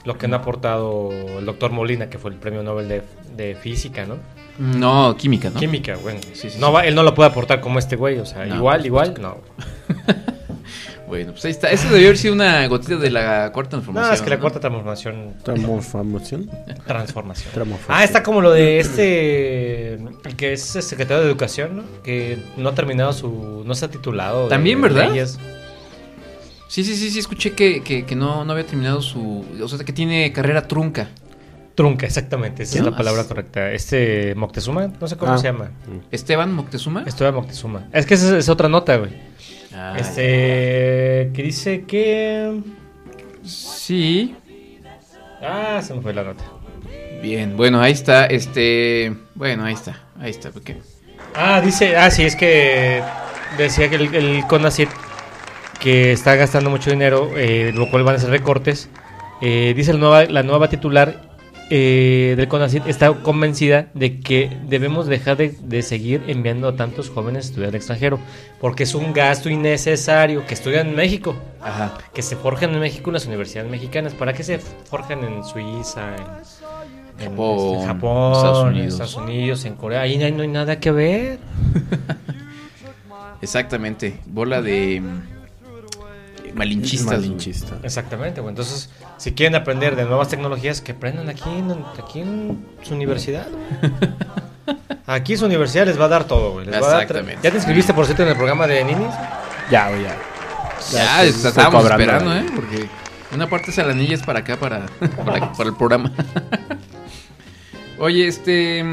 Lo que no ha aportado el doctor Molina, que fue el premio Nobel de, de física, ¿no? No, química, ¿no? Química, güey. Sí, sí, no sí. va- él no lo puede aportar como este güey. O sea, No, igual, por igual, no. Bueno, pues ahí está. Esa debió haber sido una gotita de la cuarta transformación. No, es que la cuarta transformación. Transformación. Transformación. Transformación. Ah, está como lo de este. el que es el secretario de Educación, ¿no? Que no ha terminado su. No se ha titulado. de También, ¿verdad? leyes. Sí, sí, sí, sí, escuché que, que, que no, no había terminado su... O sea, que tiene carrera trunca. Trunca, exactamente, esa es ¿Qué la más? palabra correcta. Este Moctezuma, no sé cómo Ah. se llama. Esteban Moctezuma. Estudia Moctezuma. Es que esa es otra nota, güey. Ah, Este. que dice que. Sí. Ah, se me fue la nota. Bien, bueno, ahí está. Este... Bueno, ahí está. Ahí está. porque Ah, dice. Ah, sí, es que. Decía que el, el CONACYT que está gastando mucho dinero, eh, lo cual van a hacer recortes. Eh, dice la nueva, la nueva titular eh, del CONACYT está convencida de que debemos dejar de, de seguir enviando a tantos jóvenes a estudiar al extranjero, porque es un gasto innecesario que estudian en México, Ajá. que se forjan en México en las universidades mexicanas, ¿para qué se forjan en Suiza, en, en, Japón, este, Japón, Estados en Unidos. Estados Unidos, en Corea? Ahí no hay, no hay nada que ver. Exactamente. Bola de... mm, Malinchistas. Malinchista. Exactamente, güey. Entonces, si quieren aprender de nuevas tecnologías, que aprendan aquí en, aquí en su universidad. güey. Aquí su universidad les va a dar todo, güey. les va a dar tra- Exactamente. ¿Ya te inscribiste, por cierto, en el programa de Ninis? Ya, güey, ya. Ya, estoy- estoy estábamos cobrando, esperando, ¿eh? güey. Porque una parte de esa lanilla es para acá, para, para, para el programa. Oye, este...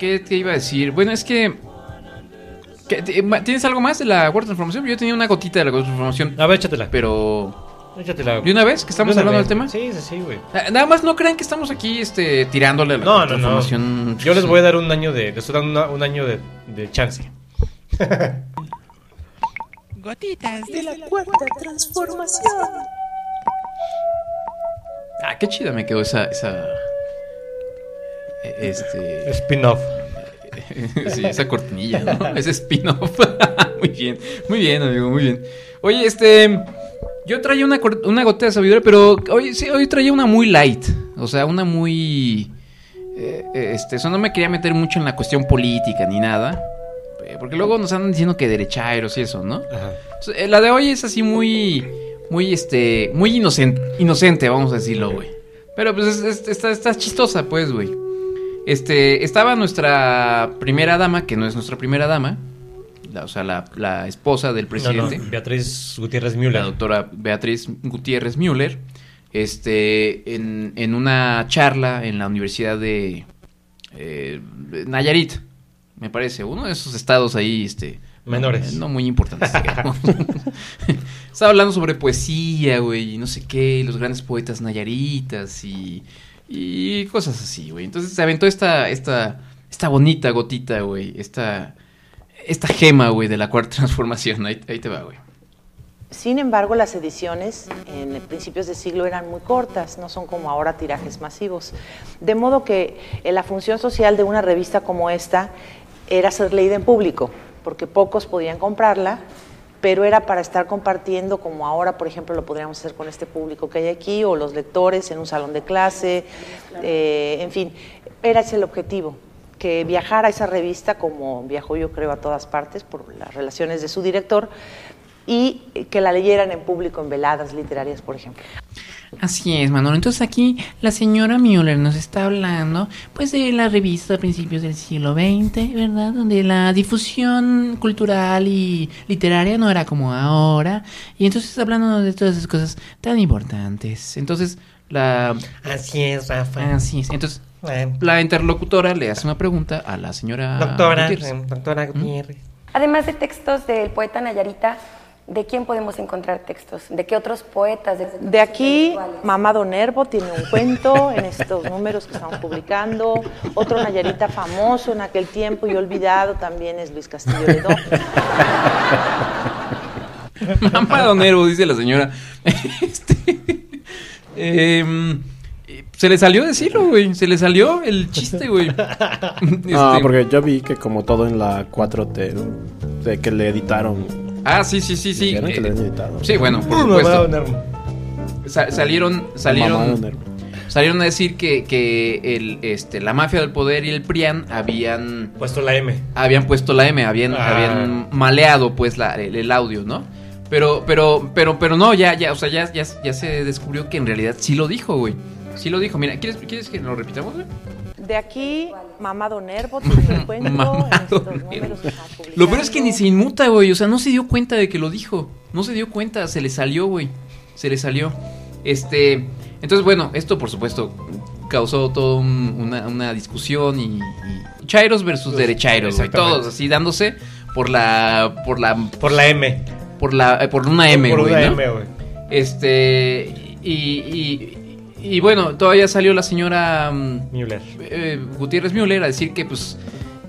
¿Qué te iba a decir? Bueno, es que... ¿qué- te- ma- ¿Tienes algo más de la cuarta transformación? Yo tenía una gotita de la cuarta transformación, A ver, échatela. pero... échatela ¿De una vez que estamos De una hablando vez. del tema? Sí, sí, sí, güey. Na- Nada más no crean que estamos aquí este, tirándole a la No, cuarta no, no. transformación. Yo les voy a dar un año de. Les estoy dando una- un año de, de chance. Ah, qué chida me quedó esa... esa... e- Este... Spin-off. Sí, esa cortinilla, ¿no? Ese spin-off. muy bien, muy bien, amigo, muy bien. Oye, este. Yo traía una, cor- una gota de sabiduría, pero hoy, sí, hoy traía una muy light. O sea, una muy. eh, este, eso no me quería meter mucho en la cuestión política ni nada. eh, Porque luego nos andan diciendo que derechairos y eso, ¿no? Ajá. Entonces, eh, La de hoy es así muy. Muy, este. Muy inocente, inocente vamos a decirlo, güey. Pero pues es- es- está, está chistosa, pues, güey. Este. Estaba nuestra primera dama, que no es nuestra primera dama. la- o sea, la, la esposa del presidente. No, no, Beatriz Gutiérrez La Müller. doctora Beatriz Gutiérrez Müller. Este. En, en una charla en la Universidad de. eh, Nayarit. Me parece. Uno de esos estados ahí, este. Menores. No muy importantes. digamos. Estaba hablando sobre poesía, güey, y no sé qué, y los grandes poetas nayaritas y, y cosas así, güey. Entonces se aventó esta, esta, esta bonita gotita, güey, esta, esta gema, güey, de la cuarta transformación. Ahí, ahí te va, güey. Sin embargo, las ediciones en principios de siglo eran muy cortas, no son como ahora tirajes masivos. De modo que eh, la función social de una revista como esta era ser leída en público, porque pocos podían comprarla, pero era para estar compartiendo, como ahora, por ejemplo, lo podríamos hacer con este público que hay aquí, o los lectores en un salón de clase, eh, en fin, era ese el objetivo que viajara esa revista, como viajó yo creo a todas partes por las relaciones de su director, y eh, que la leyeran en público en veladas literarias, por ejemplo. Así es, Manolo. Entonces aquí la señora Müller nos está hablando pues de la revista a principios del siglo XX, ¿verdad? Donde la difusión cultural y literaria no era como ahora. Y entonces está hablando de todas esas cosas tan importantes. Entonces la... Así es, Rafa. Así es. Entonces la interlocutora le hace una pregunta a la señora... Doctora, Gutiérrez. eh, doctora Gutiérrez. Además de textos del poeta Nayarita, ¿de quién podemos encontrar textos? ¿De qué otros poetas? ¿De, De aquí, Mamá Don Nervo tiene un cuento en estos números que estamos publicando. Otro Nayarita famoso en aquel tiempo y olvidado también es Luis Castillo Ledo. Mamá Donero, dice la señora. Este, em, se le salió decirlo, güey. Se le salió el chiste, güey. No, Este, Ah, porque yo vi que como todo en la 4T, ¿no? de que le editaron. Ah, sí, sí, sí, sí. Dijeron que le Eh, habían editado. sí, bueno, por Mamá supuesto. Don Nervo. Sa- salieron, Mamá salieron, Don Nervo. salieron a decir que, que el, este, la mafia del poder y el PRIAN habían puesto la M. Habían puesto la M, habían, Ah. habían maleado pues la- el, el audio, ¿no? Pero, pero, pero, pero no, ya, ya, o sea, ya, ya, ya se descubrió que en realidad sí lo dijo, güey. Sí lo dijo. Mira, ¿quieres, quieres que lo repitamos, güey? De aquí, Mamá Don Nervo tiene un cuento en Mamado, estos números que estamos publicando. Lo peor es que ni se inmuta, güey. O sea, no se dio cuenta de que lo dijo. No se dio cuenta, se le salió, güey. Se le salió. Este. Entonces, bueno, esto por supuesto causó toda una, una discusión y, y- Chairos versus derechairos, güey. Exactamente. Todos así dándose por la. Por la. Por la M. Por la. eh, por una M, Por güey. una ¿no? M, güey. Este. Y, y, y bueno, todavía salió la señora. mm, Müller. eh, Gutiérrez Müller a decir que pues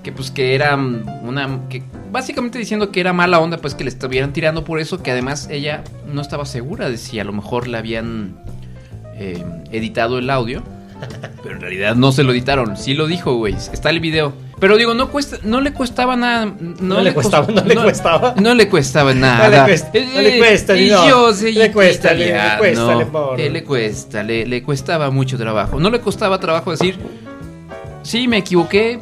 que pues que era mm, una que básicamente diciendo que era mala onda pues que le estuvieran tirando por eso que además ella no estaba segura de si a lo mejor le habían eh, editado el audio pero en realidad no se lo editaron sí lo dijo güey está el video pero digo no cuesta no le costaba nada no, No le costaba, no le costaba no le costaba No nada le cuesta, no le cuesta, Eh, no. yo soy Le cuesta, le- le italiano. cuesta, le pobre. Eh, le cuesta le- le cuestaba mucho trabajo no le costaba trabajo decir Sí, me equivoqué.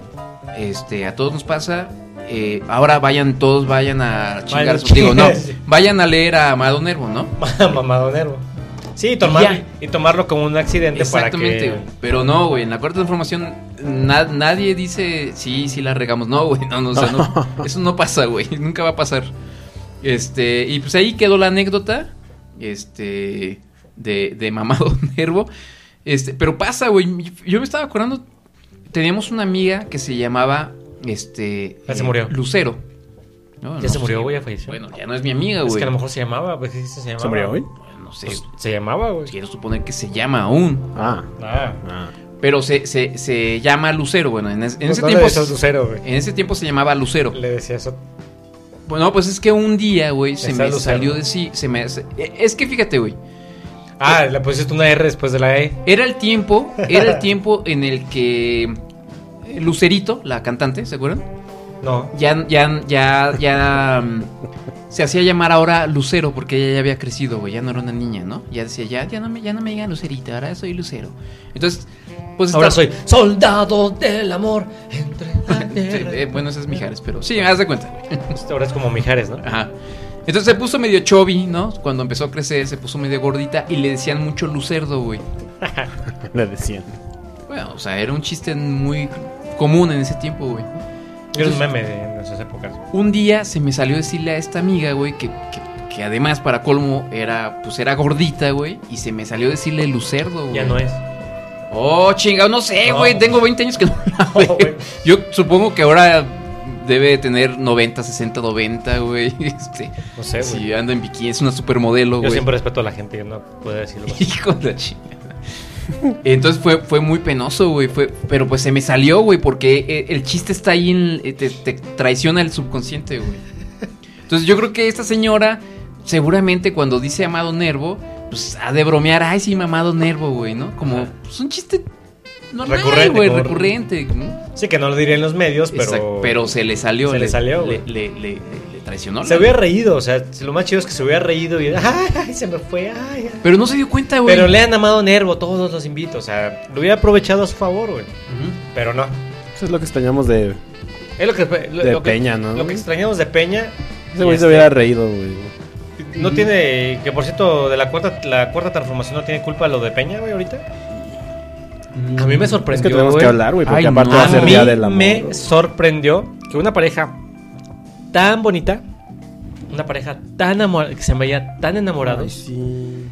Este, a todos nos pasa. Eh, ahora vayan, todos vayan a chingar. su- Digo, no. chingarse. Vayan a leer a Amado Nervo, ¿no? Mamadonero. Sí, tomar, y tomarlo como un accidente para Exactamente, que. güey. Pero no, güey. En la cuarta transformación na- nadie dice, sí, sí la regamos. No, güey. No, no, o sea, no. Eso no pasa, güey. Nunca va a pasar. Este, y pues ahí quedó la anécdota. Este, de, de Mamado Nervo. Este, pero pasa, güey. Yo me estaba acordando. Teníamos una amiga que se llamaba, este. Ya se eh, murió. Lucero. No, Ya no se murió, sé. güey, ya falleció. Bueno, ya no es mi amiga, Es güey. que a lo mejor se llamaba, pues sí, se llamaba. ¿Se murió hoy? No sé. se llamaba, güey. Quiero suponer que se llama aún. Ah. Ah. Pues Pero se, se, se llama Lucero, bueno, en, es- en No, ese no le tiempo. decías Lucero, güey. En ese tiempo se llamaba Lucero. Eh, Le decía eso. Bueno, pues es que un día, güey, se Está me Lucero. salió de sí. Se me, se- eh, es que fíjate, güey. Ah, le pusiste una R después de la E. Era el tiempo, era el tiempo en el que eh, Lucerito, la cantante, ¿se acuerdan? No. Ya, ya, ya, ya mm, se hacía llamar ahora Lucero porque ella ya había crecido, güey, ya no era una niña, ¿no? Ya decía, ya, ya no me, ya no me digan Lucerita, ahora soy Lucero. Entonces, pues Ahora está- soy soldado del amor. Sí, eh, bueno, ese es Mijares, pero sí, haz de cuenta. Ahora es como Mijares, ¿no? Ajá. Entonces se puso medio chubby, ¿no? Cuando empezó a crecer, se puso medio gordita y le decían mucho lucerdo, güey. Le decían. Bueno, o sea, era un chiste muy común en ese tiempo, güey. Era un Entonces, meme de en esas épocas. Un día se me salió decirle a esta amiga, güey, que, que- que además para colmo era, pues era gordita, güey, y se me salió decirle lucerdo, güey. Ya no es. Oh, chingado, no sé, No. güey, tengo 20 años que no la veo. Yo supongo que ahora debe tener 90, 60, 90, güey. Este, No sé, güey. Si anda en bikini, es una supermodelo, Yo güey. siempre respeto a la gente, yo no puedo decirlo. Hijo de la chingada. Entonces fue, fue muy penoso, güey. Fue, pero pues se me salió, güey, porque eh, el chiste está ahí, en, eh, te, te traiciona el subconsciente, güey. Entonces yo creo que esta señora, seguramente cuando dice amado Nervo, pues ha de bromear, ay, sí, mamado Nervo, güey, ¿no? Como pues, un chiste normal, Recurrente, güey, como- recurrente. ¿no? Sí, que no lo diría en los medios, pero. Exacto, pero se le salió. Se le salió, Le, güey. le- le- le- le traicionó. Se la- hubiera reído, o sea, lo más chido es que se hubiera reído y. ¡Ay, ay, se me fue! ¡Ay, ay! Pero no se dio cuenta, güey. Pero le han amado Nervo, todos los invito, o sea, lo hubiera aprovechado a su favor, güey. Pero no. Eso es lo que extrañamos de. Es lo que, lo- De lo que- Peña, ¿no? Lo que extrañamos de Peña. Ese y güey se este, hubiera mm. reído, güey. No tiene. Que por cierto, de la cuarta, la cuarta transformación no tiene culpa lo de Peña, güey, ahorita. A mí me sorprendió. Es que tenemos güey. que hablar, güey, porque Ay, aparte no. va a ser día mí del amor. Me sorprendió que una pareja tan bonita, una pareja tan amor que se veía tan enamorados,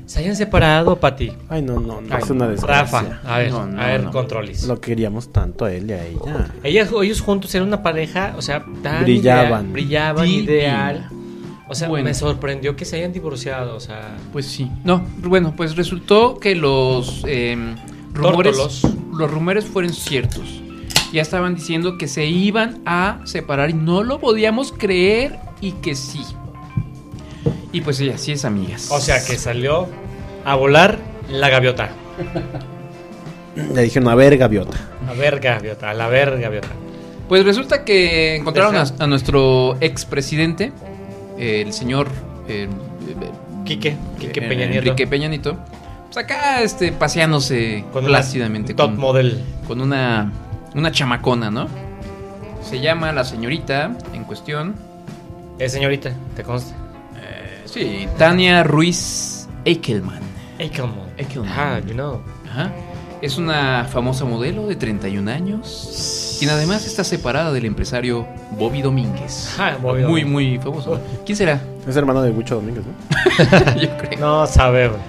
se hayan separado, Pati. Ay, no, no, no. Ay, es una no. desgracia. Rafa, a ver, No, no, a ver, no. controles. Lo queríamos tanto a él y a ella. Ellas- ellos juntos eran una pareja, o sea, tan Brillaban. ideal, brillaban, Divina. ideal. O sea, Bueno. me sorprendió que se hayan divorciado, o sea, Pues sí. No, bueno, pues resultó que los em, rumores. Tórtolos. Los rumores fueron ciertos. Ya estaban diciendo que se iban a separar y no lo podíamos creer y que sí. Y pues sí, así es, amigas. o sea, que salió a volar la gaviota. Le dijeron, a ver, gaviota. A ver, gaviota, a la ver, gaviota. Pues resulta que encontraron a, a nuestro expresidente, eh, el señor. eh, Quique, Quique eh, Peña Nieto. Enrique Peña Nieto. Pues acá este, paseándose una plácidamente. top con, model. Con una, una chamacona, ¿no? Se llama la señorita en cuestión. eh, Eh, señorita, ¿te consta? sí, Tania Ruiz Eichelman. Eichelman. Eichelman. Ah, you know. Ajá. Es una famosa modelo de 31 años, quien además está separada del empresario Bobby Domínguez. Ah, Bobby muy, Domínguez. muy famoso. ¿Quién será? Es hermano de Bucho Domínguez, ¿no? Yo creo. No sabe, güey.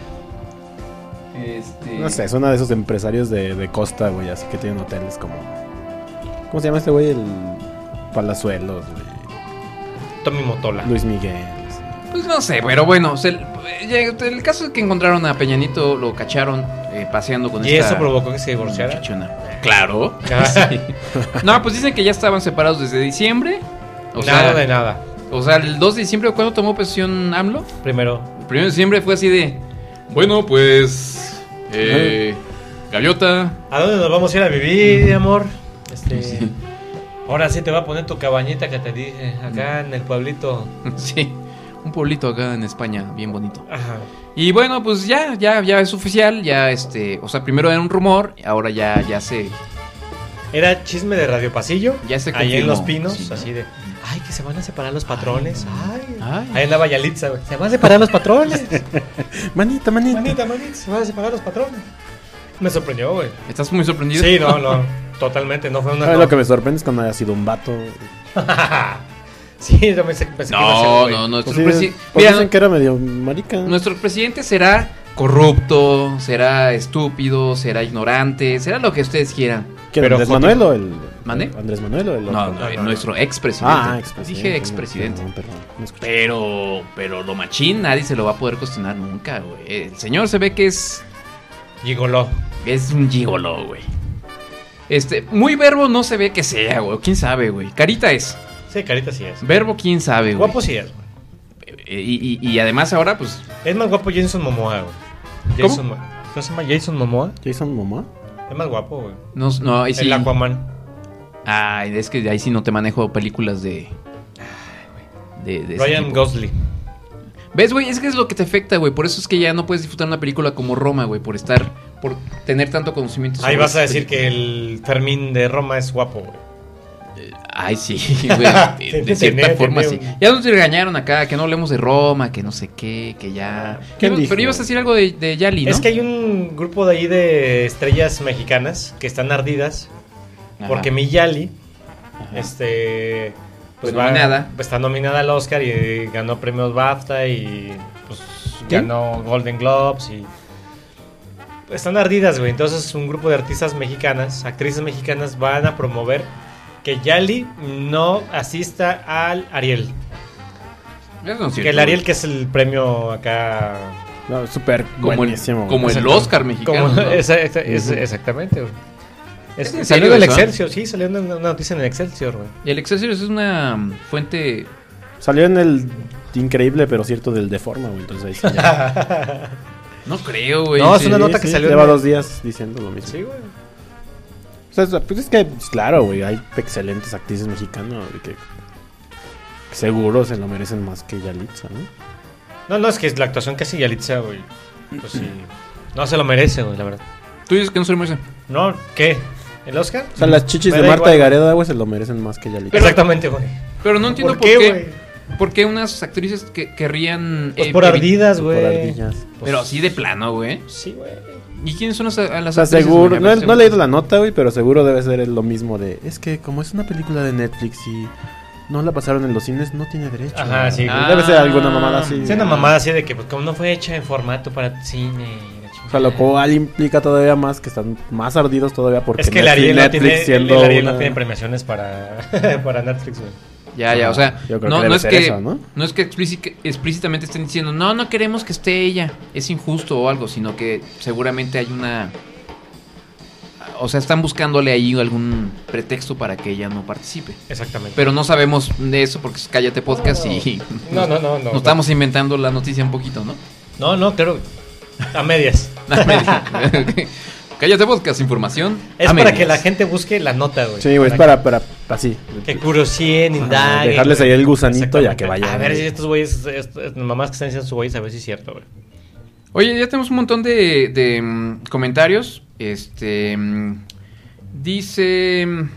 Este... No sé, es uno de esos empresarios de, de costa, güey, así que tienen hoteles como. ¿Cómo se llama este güey? El Palazuelos, güey. Tommy Motola. Luis Miguel. Pues no sé, pero bueno, se- eh, el caso es que encontraron a Peñanito, lo cacharon eh, paseando con ¿Y esta eso provocó que se divorciara? muchachona. Claro. Sí. No, pues dicen que ya estaban separados desde diciembre. O Nada sea, de nada. O sea, el 2 de diciembre, ¿cuándo tomó posesión AMLO? Primero. El 1 de diciembre fue así de. Bueno, pues. eh, Gaviota. ¿A dónde nos vamos a ir a vivir, amor? Este, Ahora sí te va a poner tu cabañita que te dije, acá en el pueblito. Sí, un pueblito acá en España, bien bonito. Ajá. Y bueno, pues ya, ya, ya es oficial, ya este, o sea, primero era un rumor, ahora ya, ya se, Era chisme de Radio Pasillo. ya se Ahí confirmó. en Los Pinos, Sí. así de. Ay, que se van a separar los patrones. Ay. Ay. Ahí andaba Yalitza, güey. Se van a separar los patrones. manita, manita. manita, manita, se van a separar los patrones. Me sorprendió, güey. ¿Estás muy sorprendido? Sí, no, no. Totalmente, no fue una. ¿Sabes lo que me sorprende es cuando haya sido un vato? sí, yo pensé, pensé que iba a ser, No, güey. no, no, Pues nuestro, sí, presi- pues Mira, dicen que era medio marica. nuestro presidente será corrupto, será estúpido, será ignorante, será lo que ustedes quieran. ¿Quién, Andrés Joto- Manuel o el. ¿Mande? Andrés Manuel o el. No, otro? no, eh, nuestro expresidente. Ah, expresidente. Eh, Dije expresidente. No, perdón, no escuché. Pero, pero lo machín nadie se lo va a poder cuestionar nunca, güey. El señor se ve que es, Gigoló. es un gigolo, güey. Este, muy verbo no se ve que sea, güey. ¿Quién sabe, güey? Carita es. Sí, carita sí es. Verbo, quién sabe, güey. Guapo sí es, güey. Eh, Y, y- y además ahora, pues, Es más guapo Jason Momoa, güey. ¿Cómo? Jason Mo- ¿No se llama Jason Momoa? ¿Jason Momoa? Es más guapo, güey. no, no, ahí sí. El Aquaman. Ay, es que ahí sí no te manejo películas de... De, de ese Ryan tipo. Gosling. ¿Ves, güey? Es que es lo que te afecta, güey. Por eso es que ya no puedes disfrutar una película como Roma, güey. Por estar... Por tener tanto conocimiento. Ahí sobre vas a esa decir película. que el Fermín de Roma es guapo, güey. Ay, sí, güey. De, de cierta Tenía- forma, tenía sí. un- Ya nos regañaron acá, que no hablemos de Roma, que no sé qué, que ya. ¿Quién Iba- dijo? Pero ibas a decir algo de, de Yali, ¿no? Es que hay un grupo de ahí de estrellas mexicanas que están ardidas Ajá. porque Miyali, este, Pues nominada. pues está nominada al Oscar y ganó premios BAFTA y pues ganó Golden Globes y están ardidas, güey. Entonces un grupo de artistas mexicanas, actrices mexicanas van a promover que Yali no asista al Ariel. Eso no es que cierto, el Ariel güey. que es el premio acá No, súper Como el- buenísimo. güey. como el Exacto. Oscar mexicano, ¿no? Como- esa- esa- es- Ujú. Exactamente, güey. ¿Es Es- en salió serio del eso? Excelsior, sí, salió una, una noticia en el Excelsior, güey. Y el Excelsior es una mm, fuente. Salió en el increíble, pero cierto, del Deforma, güey. Entonces ahí sí ya. No creo, güey. No, es Sí, una nota que sí, salió. Lleva en el- dos días diciendo lo mismo. Sí, güey. O sea, es- pues es que, pues, claro, güey, hay excelentes actrices mexicanas güey, que que seguro se lo merecen más que Yalitza, ¿no? No, no, es que es la actuación que hace Yalitza, güey. Pues sí. No se lo merece, güey, la verdad. ¿Tú dices que no se lo merece? No, ¿qué? ¿El Oscar? O sea, las chichis Me de da Marta igual. de Gareda, güey, se lo merecen más que Yalitza. Exactamente, güey. Pero no entiendo por qué, qué. güey? ¿Por qué unas actrices que querrían. Pues eh, por evi- ardidas, güey. Pues, Pero así de plano, güey. Sí, güey. ¿Y quiénes son las, a O las sea, actrices, seguro, güey? no, he- no he leído la nota, güey, pero seguro debe ser lo mismo de... Es que como es una película de Netflix y no la pasaron en los cines, no tiene derecho. Ajá, sí. güey. Debe ser alguna mamada así. Es una mamada así de que, pues, como no fue hecha en formato para cine. y la O sea, lo cual implica todavía más que están más ardidos todavía porque Es que el Ariel, no tiene, el siendo Ariel no una- tiene premiaciones para, para Netflix, güey. Ya, ya, o sea, Yo creo que no, debe no es ser que, eso, ¿no? ¿no? es que explíci- explícitamente estén diciendo, no, no queremos que esté ella, es injusto o algo, sino que seguramente hay una... O sea, están buscándole ahí algún pretexto para que ella no participe. Exactamente. Pero no sabemos de eso porque es Cállate Podcast y... No, no, no, no, Nos no. estamos inventando la noticia un poquito, ¿no? No, no, claro. A medias. A medias. Cállate Podcast, información. Es a para medias. que la gente busque la nota, güey. Sí, güey, es para, para, así. Que curosien, indaguen. dejarles güey. ahí el gusanito ya que Exactamente. vayan. A ver si estos güeyes, est- est- mamás que están diciendo sus güeyes, a ver si es cierto, güey. Oye, ya tenemos un montón de, de, mm, comentarios. Este mm, dice mm,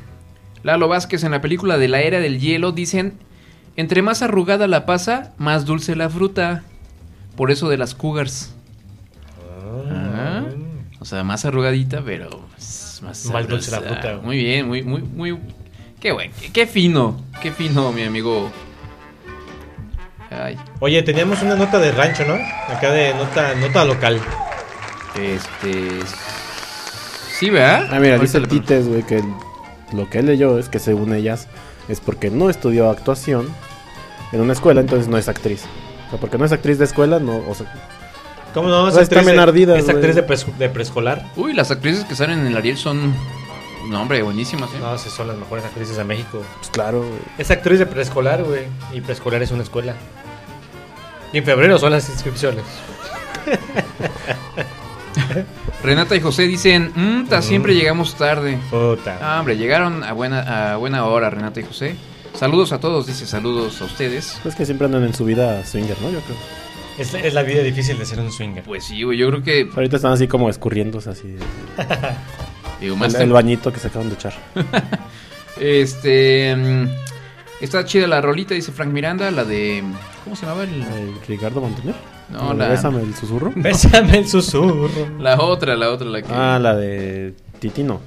Lalo Vázquez en la película de la era del hielo dicen entre más arrugada la pasa, más dulce la fruta. Por eso de las cougars. Ah. Ajá. O sea, más arrugadita, pero es más Más dulce la sabrosa. fruta, güey. Muy bien, muy muy muy qué bueno, qué, qué fino, qué fino, mi amigo. Ay, Oye, teníamos una nota de rancho, ¿no? Acá de nota, nota local. este Sí, ¿verdad? Ah, mira, Ahorita dice le pregunto. Tites, güey, que lo que él leyó es que según ellas es porque no estudió actuación en una escuela, entonces no es actriz. O sea, porque no es actriz de escuela, no, o sea... ¿Cómo no? O sea, están bien Pues ardidas, Es güey. actriz de, preesco- de preescolar. Uy, las actrices que salen en el Ariel son. No, hombre, buenísimas, ¿eh? Ah. No, sí, son las mejores actrices de México. Pues claro, güey. Es actriz de preescolar, güey. Y preescolar es una escuela. Y en febrero son las inscripciones. Renata y José dicen: Mta, siempre Mm. llegamos tarde. Puta. Ah, hombre, llegaron a buena, a buena hora, Renata y José. Saludos a todos, dice saludos a ustedes. Es que siempre andan en su vida swinger, ¿no? Yo creo. Es, es la vida difícil de ser un swinger. Pues sí, güey, yo creo que. Ahorita están así como escurriéndose así. Digo, el, más el bañito que se acaban de echar. Este. mm, Está chida la rolita, dice Frank Miranda, la de. ¿Cómo se llamaba el.? ¿El Ricardo Montaner? No, ¿El la- Bésame el susurro. Bésame el susurro. La otra, la otra, la que. Ah, la de Titino.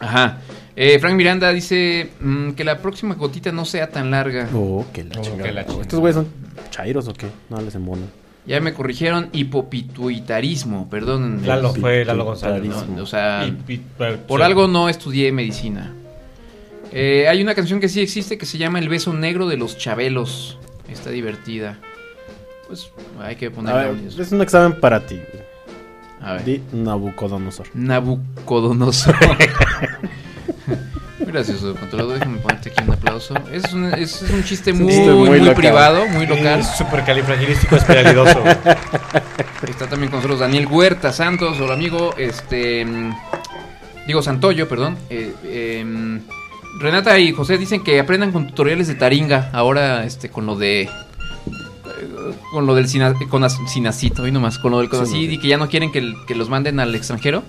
Ajá. Eh, Frank Miranda dice mm, que la próxima gotita no sea tan larga. Oh, que la Oh, chingada. que la chingada. ¿Estos güeyes son chairos o qué? No, les embona. Ya me corrigieron, hipopituitarismo, perdón. Lalo, fue Lalo González, o sea, Y- y- pero- Ah. por sí. algo no estudié medicina. Eh, hay una canción que sí existe que se llama El beso negro de los chabelos. Está divertida. Pues hay que A ponerle ver, audios. es un examen para ti. güey. A ver. Di Nabucodonosor. Nabucodonosor. Muy gracioso, controlador. Déjame ponerte aquí un aplauso. Es un, es un chiste Es un muy, chiste muy muy local. privado, muy Sí, local. es supercalifragilístico, espialidoso, güey. Está también con nosotros Daniel Huerta Santos, hola amigo. Este. mm, Digo Santoyo, perdón. Eh, em, Renata y José dicen que aprendan con tutoriales de taringa. Ahora, este, con lo de. eh, Con lo del sina- con as- sinacito, hoy nomás, con lo del conacid y que ya no quieren que, el- que los manden al extranjero.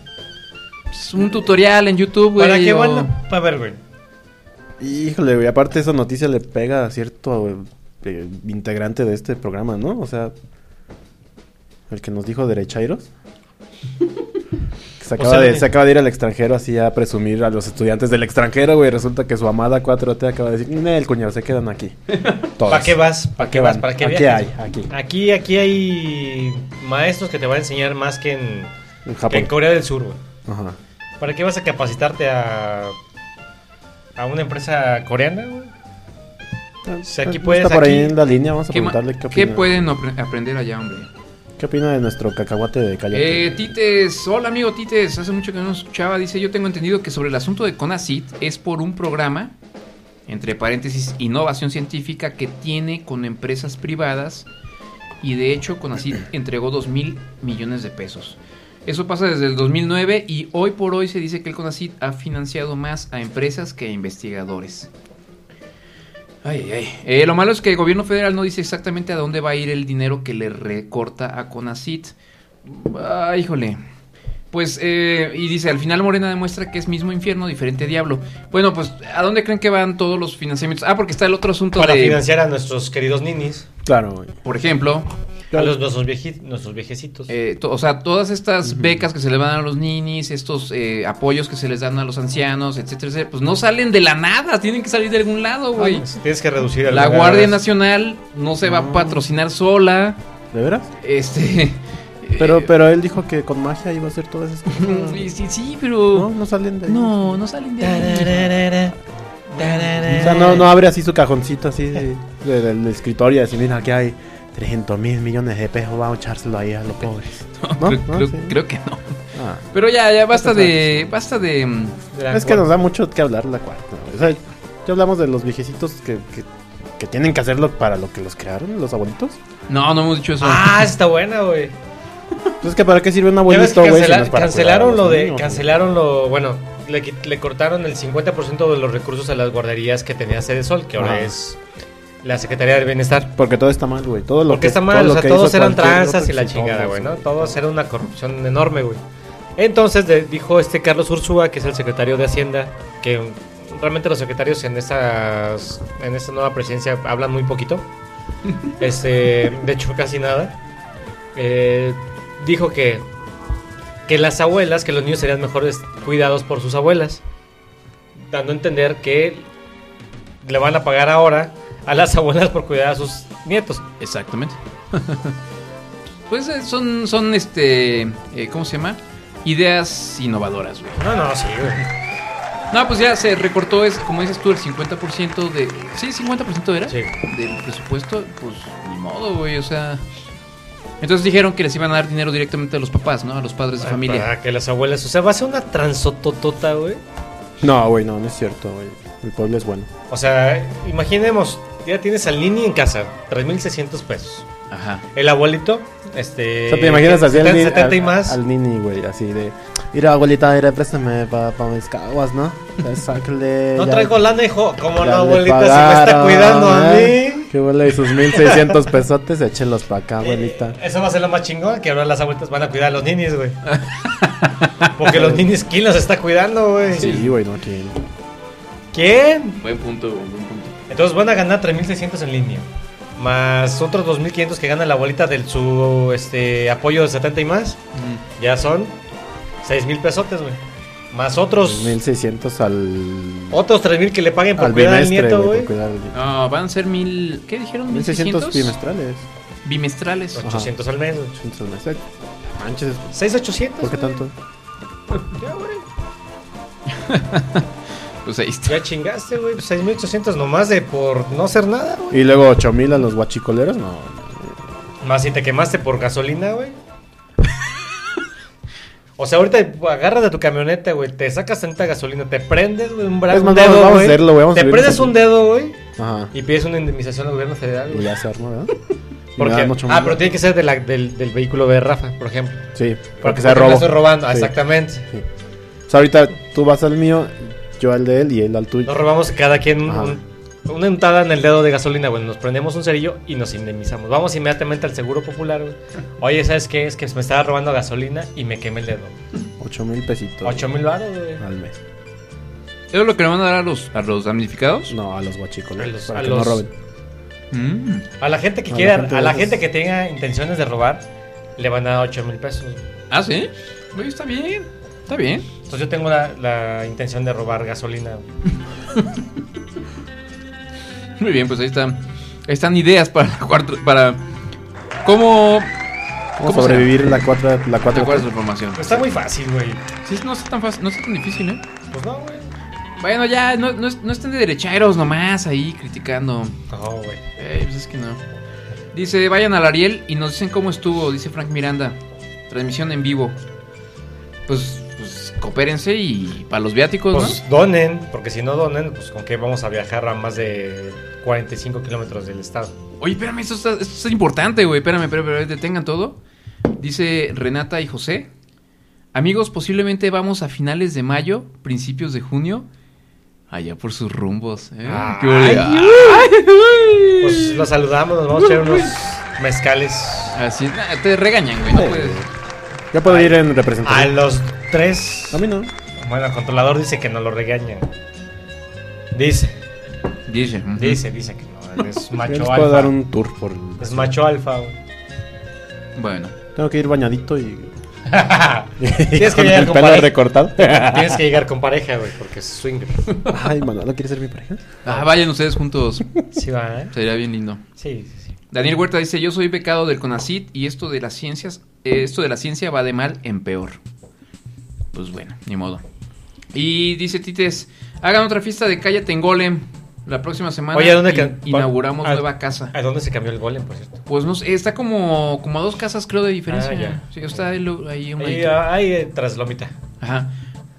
Es un tutorial en YouTube, güey. ¿Para qué o- van? Para ver, güey. Híjole, güey. Aparte, esa noticia le pega a cierto eh, integrante de este programa, ¿no? O sea, el que nos dijo derechairos. Que O Se acaba, sea, de, viene- se acaba de ir al extranjero así a presumir a los estudiantes del extranjero, güey. Resulta que su amada 4T acaba de decir, "Nel, el cuñado, se quedan aquí. Todos. ¿Para qué vas? ¿Para ¿Para qué qué vas? van? ¿Para qué Aquí viajas? hay, aquí. Aquí, aquí hay maestros que te van a enseñar más que en, En que en Japón. Corea del Sur, güey. Ajá. ¿Para qué vas a capacitarte a, a una empresa coreana, güey? Si aquí puedes, Está por ahí aquí- en la línea, vamos a ¿Qué, ma- preguntarle qué qué opina. pueden apre- aprender allá, hombre? ¿Qué opina de nuestro cacahuate de callate? Eh, Tites, hola amigo Tites, hace mucho que no nos escuchaba. Dice: Yo tengo entendido que sobre el asunto de Conacit es por un programa, entre paréntesis, innovación científica que tiene con empresas privadas. Y de hecho, Conacit entregó 2 mil millones de pesos. Eso pasa desde el 2009 y hoy por hoy se dice que el Conacit ha financiado más a empresas que a investigadores. Ay, ay, ay. Eh, lo malo es que el gobierno federal no dice exactamente a dónde va a ir el dinero que le recorta a Conacit. Ah, híjole. Pues, eh, y dice, al final Morena demuestra que es mismo infierno, diferente diablo. Bueno, pues, ¿a dónde creen que van todos los financiamientos? Ah, porque está el otro asunto Para de... financiar a nuestros queridos ninis. Claro, güey. Por ejemplo... A los, nuestros, vieji- nuestros viejecitos. Eh, to- o sea, todas estas becas que se le van a los ninis, estos eh, apoyos que se les dan a los ancianos, etcétera, etcétera, pues no salen de la nada, tienen que salir de algún lado, güey. Tienes que reducir la alguna Guardia vez. Nacional no se va a patrocinar sola. ¿De veras? Este. Eh, Pero, pero él dijo que con magia iba a hacer todas esas cosas. Sí, sí, sí, pero. No, no salen de ahí. No, no salen de ahí. O sea, eh. no, no abre así su cajoncito así de- de- del escritorio y así, mira, aquí hay 300 mil millones de pesos, vamos a echárselo ahí a los pobres. ¿No? Creo, ¿No? creo- Sí. creo que no. Ah. Pero ya, ya basta de. Basta de. mm, Es que nos da mucho que hablar la cuarta. güey. O sea, ya hablamos de los viejecitos que, que, que tienen que hacerlo para lo que los crearon, los abuelitos. No, no hemos dicho eso. Ah, está buena, güey. Entonces, Pues que ¿para qué sirve un Ya ves que abuelito, güey? si cancela- no es para cancelaron cuidar lo a los de. niños, Cancelaron lo. Bueno, le, quit- le cortaron el 50% de los recursos a las guarderías que tenía Sede Sol, que ahora Ah. es la Secretaría del Bienestar. güey? Porque todo está mal, güey. Todo lo Porque que, está mal, todo lo o sea, que todos hizo eran cualquier tranzas otro y la exitoso, chingada, güey, ¿no? Todos era una corrupción enorme, güey. Entonces de- dijo este Carlos Ursúa, que es el secretario de Hacienda, que mm, realmente los secretarios en estas en esta nueva presidencia hablan muy poquito. Este, de hecho casi nada. Eh, dijo que que las abuelas, que los niños serían mejores cuidados por sus abuelas, dando a entender que le van a pagar ahora a las abuelas por cuidar a sus nietos. Exactamente. Pues eh, son, son este. eh, ¿Cómo se llama? Ideas innovadoras, güey. No, no, sí, güey. No, pues ya se recortó, es, como dices tú, el 50% de. Sí, 50% era. Del presupuesto, pues ni modo, güey, o sea. Entonces dijeron que les iban a dar dinero directamente a los papás, ¿no? A los padres de Ay, familia. Para que las abuelas. O sea, va a ser una transototota, güey. No, güey, no, no es cierto, güey. El pueblo es bueno. O sea, imaginemos, ya tienes al Nini en casa, 3.600 pesos. Ajá. El abuelito, este. O sea, te imaginas así al, setenta- ni- 70 y al- más. al nini, güey, así de... Mira, abuelita, mira, préstame para mis caguas, ¿no? Ya Sácale... no ya- traigo lana, hijo. Como no, ya le abuelita, se me está pagaron, cuidando a ¿eh? mí. Que huele sus 1600 pesotes, échelos para acá, abuelita. Eso va a ser lo más chingón, que ahora las abuelitas van a cuidar a los ninis, güey. Porque los ninis, ¿quién los está cuidando, güey? Sí, güey, no, que... ¿Quién? Buen punto, güey, buen punto. Entonces van a ganar 3.600 en línea. Más otros 2.500 que gana la abuelita del su este, apoyo de 70 y más. Ya son 6.000 pesotes, güey. Más otros 1600 al... otros 3.000 que le paguen por Al cuidar al bimestre, nieto, güey, por güey. Ah, cuidar al nieto. No, Ah, van a ser mil. ¿Qué dijeron? 1600 bimestrales. Bimestrales. 800 al mes, güey. 800 al mes. Ay, Manches. 6.800. ¿Por qué tanto? Ya, güey. Pues ahí está. Ya chingaste, güey. 6.800 nomás de por no hacer nada, güey. Y luego 8000 a los guachicoleros, no. Más si te quemaste por gasolina, güey. O sea, ahorita agarras de tu camioneta, güey, te sacas tanta gasolina, te prendes, güey, un brazo, Es más, un vamos- dedo, vamos a güey. hacerlo, güey, vamos a Te subirnos prendes aquí. un dedo, güey, Ajá. y pides una indemnización al gobierno federal, Y güey. ya se arma, ¿verdad? Porque- Me dan ocho ah, mil. pero tiene que ser de la- del, del vehículo de Rafa, por ejemplo. Sí, Porque, porque sea porque me robo. estoy robando, ah, Sí. exactamente. Sí. O sea, ahorita tú vas al mío, yo al de él y él al tuyo. Nos robamos cada quien un- Ajá. un- una untada en el dedo de gasolina, güey. Nos prendemos un cerillo y nos indemnizamos. Vamos inmediatamente al Seguro Popular, güey. Oye, ¿sabes qué? Es que me estaba robando gasolina y me quemé el dedo. 8000 pesitos. 8,000 varos, güey. Al mes. ¿Eso es lo que le van a dar a los, a los damnificados? No, a los guachicoleros. A los- para a que los- no roben. Mm. A la gente que A la quiera, gente a la de esas- gente que tenga intenciones de robar, le van a dar 8 mil pesos. Ah, sí. Güey, está bien. Está bien. Entonces yo tengo la, la intención de robar gasolina. Muy bien, pues ahí están. Ahí están ideas para la cuarta- para cómo, ¿Cómo será? sobrevivir la cuarta Ah, la cuarta La cuarta transformación. Está muy fácil, güey. Sí, no está tan fácil, no está tan difícil, ¿eh? Pues no, güey. Bueno, ya, no, no, no estén de derechairos nomás ahí criticando. No, güey. Eh, pues es que no. Dice, vayan al Ariel y nos dicen cómo estuvo, dice Frank Miranda. Transmisión en vivo. Pues, pues coopérense y para los viáticos, Pues ¿no? donen, porque si no donen, pues con qué vamos a viajar a más de 45 kilómetros del estado. Oye, espérame, esto está, esto está importante, güey. Espérame, espérame, espérame, detengan todo. Dice Renata y José. Amigos, posiblemente vamos a finales de mayo, principios de junio. Allá por sus rumbos. ¿eh? Ay, Qué bonito. ay. Pues los saludamos, nos vamos a echar unos mezcales. Así, nah, te regañan, güey. Ah, No puedes. Ya puedo ir en representación. A los tres. A mí no. Bueno, el controlador dice que no lo regañan. Dice. Dice. ujú. Dice, dice que no. él Es Yo les macho puedo alfa. dar un tour por. Es macho alfa, güey. Bueno. Tengo que ir bañadito y. Tienes que con llegar el con pelo pareja. recortado. Tienes que llegar con pareja, güey, porque es swinger. Ay, mano, ¿no quieres ser mi pareja? Ah, vayan ustedes juntos. Sí, va, ¿eh? Sería bien lindo. Sí, sí, sí. Daniel Huerta dice, yo soy becado del CONACIT y esto de las ciencias, eh, esto de la ciencia va de mal en peor. Pues bueno, ni modo. Y dice Tites, hagan otra fiesta de Cállate en Golem. La próxima semana Oye, ¿a dónde Ah, in- ca- inauguramos a- nueva casa. ¿A dónde se cambió el golem, por cierto? Pues no sé, está como, como a dos casas creo de diferencia. Ah, ya. Sí, está ahí, lo- ahí un Ahí, ladito. ahí, eh, tras Lomita. Ajá.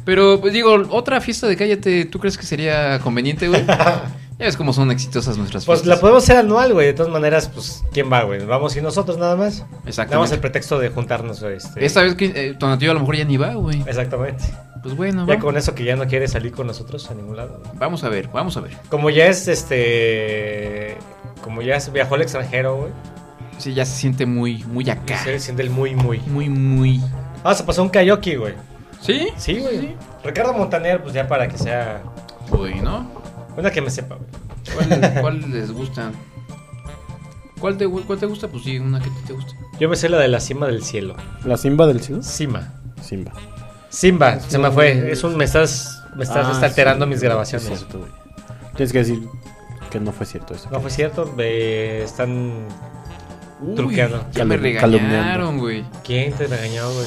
Pero pues, digo, otra fiesta de Cállate, ¿tú crees que sería conveniente, güey? ya ves cómo son exitosas nuestras Pues la fiestas. podemos hacer anual, güey. De todas maneras, pues, ¿quién va, güey? Vamos y nosotros nada más. Exactamente. Damos el pretexto de juntarnos, güey. este. Esta vez que eh, Tonatiuh a lo mejor ya ni va, güey. Exactamente. Pues bueno, Ya vamos. con eso que ya no quiere salir con nosotros a ningún lado. güey. Vamos a ver, vamos a ver. Como ya es este. Como ya es- viajó al extranjero, güey. Sí, ya se siente muy, muy acá. Se siente el muy, muy. Muy, muy. Ah, se pasó un karaoke, güey. ¿Sí? Sí, güey. Ricardo Montaner, pues ya para que sea. Bueno. Una que me sepa, güey. ¿Cuál, cuál les gusta? ¿Cuál te, gu- ¿Cuál te gusta? Pues sí, una que a ti te gusta. Yo me sé la de la cima del cielo. ¿La Simba del cielo? Simba. Simba. Simba, se me fue. Es un. Me estás. Me estás Ah, está alterando sí, mis sí, grabaciones. es cierto, güey. Tienes que decir que no fue cierto eso. No fue cierto, eh, están Uy, truqueando. ya me Calum- regañaron, calumniando. güey. ¿Quién te regañó, güey?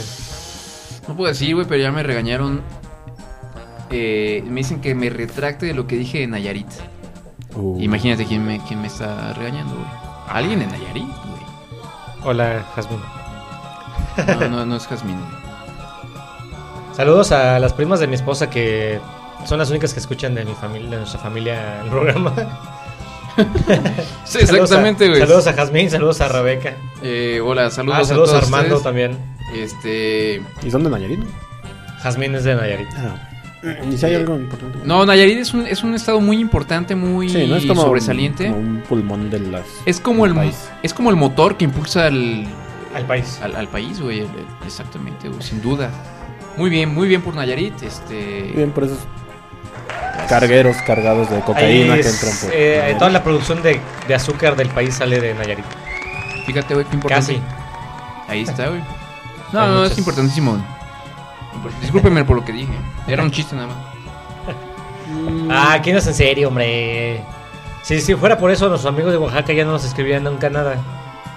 No puedo decir, güey, pero ya me regañaron. Eh, me dicen que me retracte de lo que dije de Nayarit. Uh. Imagínate quién me, quién me está regañando, güey. ¿Alguien en Nayarit, güey? Hola, Jazmín. No, no, no es Jazmín, güey. Saludos a las primas de mi esposa que son las únicas que escuchan de mi familia, de nuestra familia el programa. Sí, Saludos a- exactamente, güey. Saludos a Jazmín, saludos a Rebeca. Eh, hola, saludos, Ah, saludos a, todos Armando ustedes. también. Este. ¿Y dónde Nayarit? no? Jazmín es de Nayarit. ¿Y si hay algo importante? Ah, Eh, No, Nayarit es un, es un estado muy importante, muy Sí, no es como sobresaliente. Un, como un pulmón de las. es como el país. es como el motor que impulsa al al país. Al, país, güey, el- el- exactamente, güey, sin duda. Muy bien, muy bien por Nayarit, este Bien, por esos cargueros cargados de cocaína Ahí que es, entran por. eh, Nayarit. toda la producción de, de azúcar del país sale de Nayarit. Fíjate, güey, qué importante. Casi. Ahí está, güey. No, Hay no, es muchas- importantísimo. Discúlpeme por lo que dije. Era un chiste nada más. Ah, ¿quién es en serio, hombre? Si, si fuera por eso, nuestros amigos de Oaxaca ya no nos escribían nunca nada.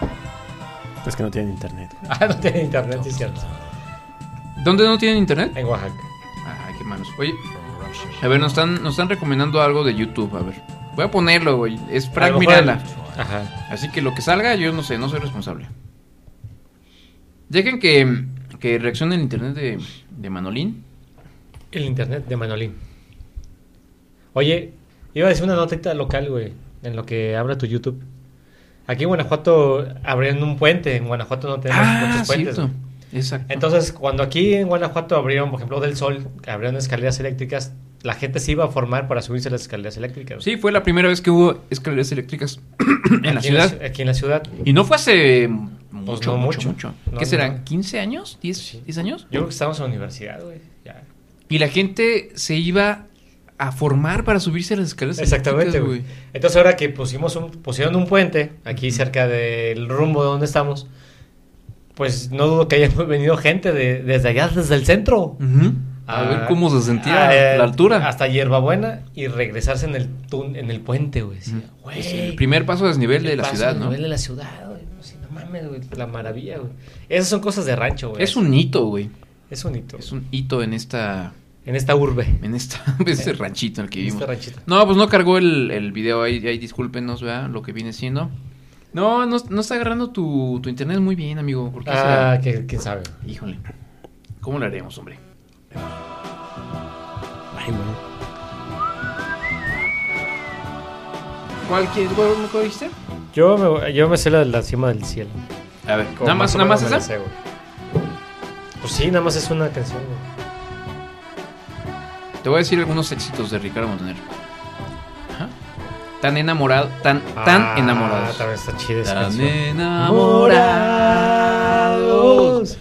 Es que no tienen internet. Ah, no tienen internet, sí es cierto. ¿Dónde no tienen internet? En Oaxaca. Ay, Ah, qué malos. Oye, a ver, nos están, nos están recomendando algo de YouTube. A ver, voy a ponerlo, güey. Es A Frank lo mejor- Miranda. Ajá. Así que lo que salga, yo no sé, no soy responsable. Dejen que, que reaccione el internet de, de Manolín. El internet de Manolín. Oye, iba a decir una notita local, güey, en lo que habla tu YouTube. Aquí en Guanajuato abrieron un puente. En Guanajuato no tenemos muchos puentes. Ah, cierto. güey. Exacto. Entonces, cuando aquí en Guanajuato abrieron, por ejemplo, del Sol, abrieron escaleras eléctricas, la gente se iba a formar para subirse a las escaleras eléctricas. Sí, fue la primera vez que hubo escaleras eléctricas en la Aquí ciudad. aquí en la ciudad. Y no fue hace mucho, mucho, no mucho. mucho. No, ¿Qué serán? no. ¿15 años? ¿10, 10 años? Yo creo que estábamos en la universidad, güey. Ya. Y la gente se iba a formar para subirse a las escaleras Exactamente, eléctricas, güey. Entonces ahora que pusimos un, pusieron un puente aquí cerca del rumbo de donde estamos, pues no dudo que haya venido gente de- desde allá, desde el centro. Ujú. A ver cómo se sentía a- la altura. Ah. eh, Hasta Hierbabuena y regresarse en el, tun- en el puente, güey. Decía, güey, Es Pues, el primer paso a desnivel de el la paso ciudad, a ¿no? nivel de la ciudad, güey. O sea, no mames, güey, la maravilla, güey. Esas son cosas de rancho, güey. Es un hito, güey. Es un hito. Es un hito en esta. En esta urbe. En esta, en este ranchito en el que Eh, En este vivimos. ranchito. No, pues no cargó el, el video ahí, ahí discúlpenos, ¿verdad? Lo que viene siendo. No, no, no está agarrando tu, tu internet muy bien, amigo. ¿Por qué Ah, será? que- quién sabe. Híjole. ¿Cómo lo haremos, hombre? Ay, güey. ¿Cuál, quieres- cuál, cuál dijiste? Yo me, yo me sé la de la cima del cielo. A ver, Como ¿nada más- o nada menos más me la esa? sé, güey. pues sí, nada más es una canción. güey. Te voy a decir algunos éxitos de Ricardo Montaner. Ajá. Tan enamorado, tan, tan Ah, enamorados. también está chida esa Tan canción. enamorados.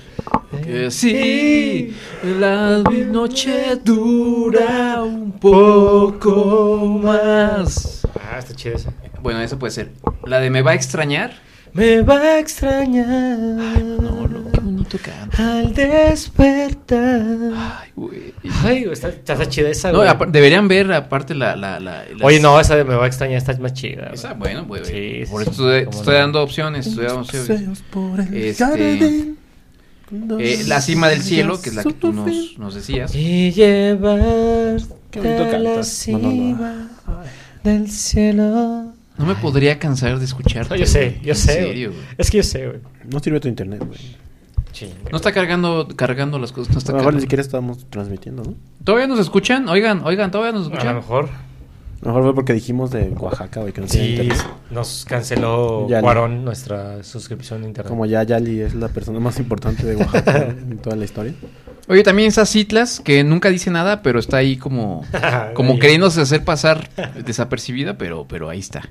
Que sí, la noche dura un poco más. Ah, está chida esa. Bueno, eso puede ser. La de Me va a extrañar. Me va a extrañar. no, qué bonito canta. Al despertar. Ay, güey. Ay, güey, está, está, está chida esa, No, Ah, güey. apar- deberían ver aparte la... la- la- las- Oye, no, esa de me va a extrañar, está más chida. Esa, bueno, güey. Sí, Por sí, eso te cómo estoy no. dando opciones. Estoy dando opciones. Paseos por el Este, jardín. eh, la cima del cielo, que es la que tú nos, nos decías. Y llevar Qué bonito a la cantas. No, no, no. cima del cielo. No me podría cansar de escucharte. No, yo sé, güey. yo En sé. serio, güey. güey. Es que yo sé, güey. No sirve tu internet, güey. No está cargando, cargando las cosas. No A está lo mejor ni cargando. siquiera estábamos transmitiendo, ¿no? ¿Todavía nos escuchan? Oigan, oigan, todavía nos A lo escuchan. mejor. A lo mejor fue porque dijimos de Oaxaca, güey, que no tenía Sí, internet. nos canceló Ya no. Cuarón nuestra suscripción de internet. Como ya Yali es la persona más importante de Oaxaca en toda la historia. Oye, también está Citlas, que nunca dice nada, pero está ahí como, como Ahí. queriéndose hacer pasar desapercibida, pero, pero ahí está.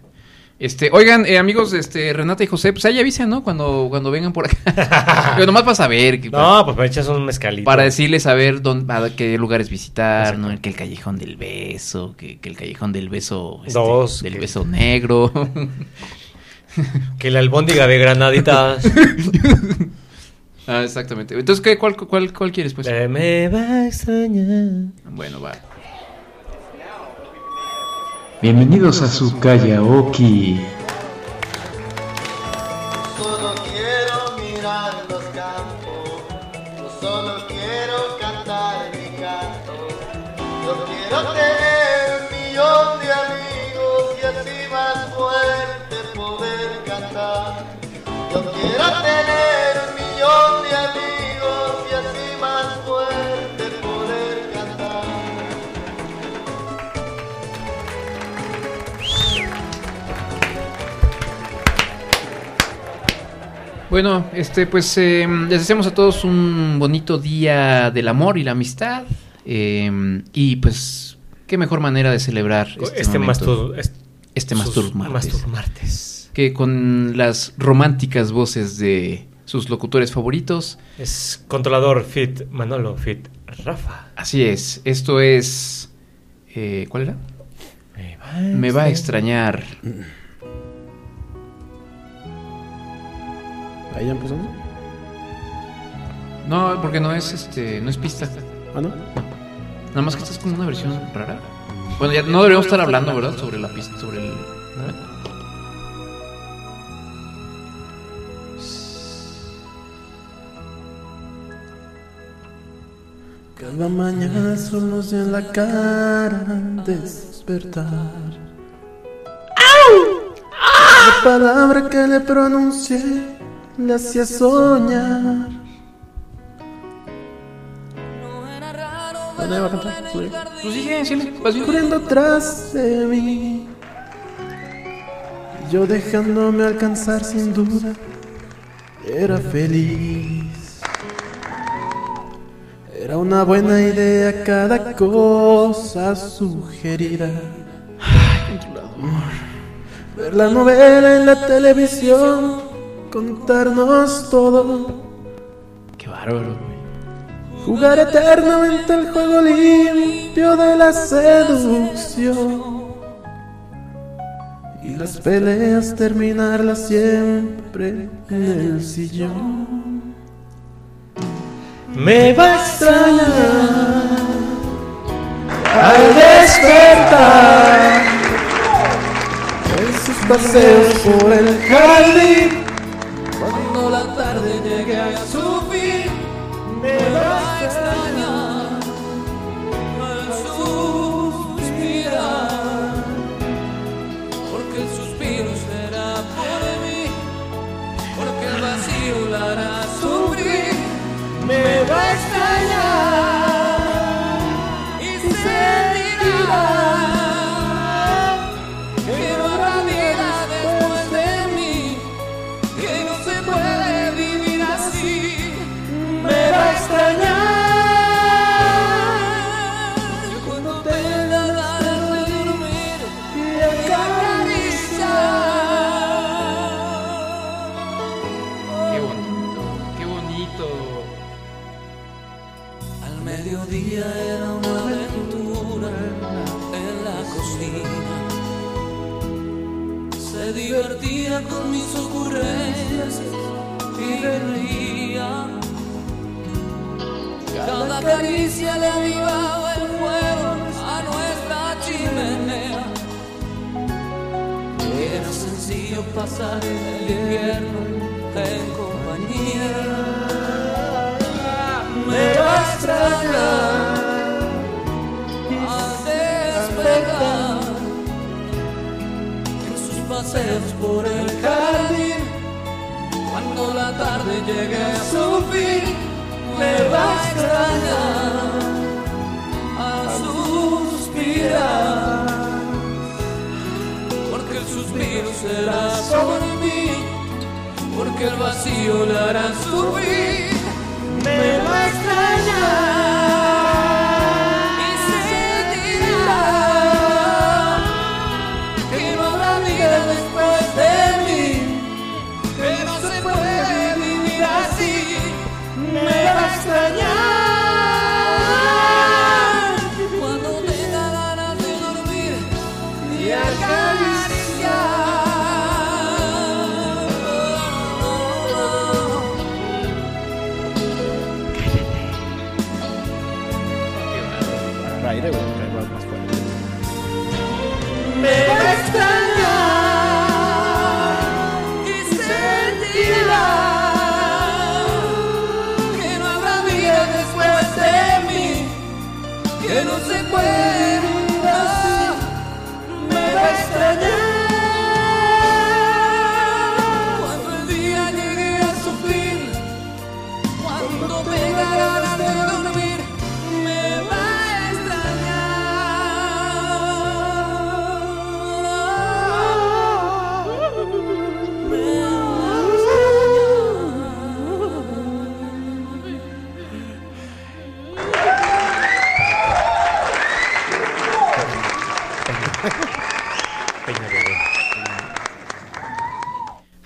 Este, oigan, eh, amigos, este, Renata y José, pues ahí avisen, ¿no? Cuando, cuando vengan por acá. pero nomás para saber. que- No, pues me echas un mezcalito. Para decirles a ver dónde, a qué lugares visitar, ¿no? Que el Callejón del Beso, que, que el Callejón del Beso... este, Dos, Del que- Beso Negro. Que la albóndiga de granaditas. ah, exactamente. Entonces, ¿qué, cuál, cuál, ¿cuál quieres, pues? Eh, me va a extrañar. Bueno, va. Bienvenidos a su Kayaoki. Solo quiero mirar los campos, yo solo quiero cantar mi canto. Yo quiero tener un millón de amigos y así más fuerte poder cantar. Yo quiero tener un millón de amigos y así más fuerte poder cantar. Bueno, este, pues eh, les deseamos a todos un bonito día del amor y la amistad. eh, y pues, qué mejor manera de celebrar este, Este momento. mastur- est- este sus- Mastur Martes. Masturmartes. Que con las románticas voces de sus locutores favoritos. Es controlador Fit Manolo Fit Rafa. Así es, esto es. eh, ¿Cuál era? Me va a extrañar. Ahí ya empezamos. No, porque no es este, no es pista. Ah, no. Nada más que esta es como una versión rara. Bueno, ya no deberíamos estar hablando, ¿verdad? Sobre la pista, sobre el. Cada mañana solos en la cara despertar. La palabra que le pronuncié le hacía soñar. ¿Dónde va a cantar? ¿Sube? Corriendo atrás de mí. Yo dejándome alcanzar sin duda. Era feliz. Era una buena idea cada cosa sugerida. Ver la novela en la televisión, contarnos todo. Qué bárbaro. Jugar eternamente el juego limpio de la seducción. Y las peleas terminarlas siempre en el sillón. Me va a extrañar al despertar en sus paseos por el jardín. Cuando la tarde llegue a su fin, me va a extrañar al suspirar, porque el suspiro será por mí. mediodía era una aventura en la cocina. Se divertía con mis ocurrencias y me reía. Cada caricia le avivaba el fuego a nuestra chimenea. Era sencillo pasar el invierno en compañía. Me va a extrañar, a despegar en sus paseos por el jardín. Cuando la tarde llegue a su fin, me va a extrañar, a suspirar porque el suspiro será sobre mí, porque el vacío le hará subir, me va a extrañar. Y sentirá que no habrá vida después de mí, que no se puede vivir así, me va a extrañar. Cuando tenga ganas de dormir, y acariciar. Raire, güey, cae más fuerte. Me va a extrañar y sentirá que no habrá vida después de mí, que no se puede vivir así. Me va a extrañar cuando el día llegue a su fin, cuando tenga ganas de dormir, me va a extrañar. Me va a extrañar.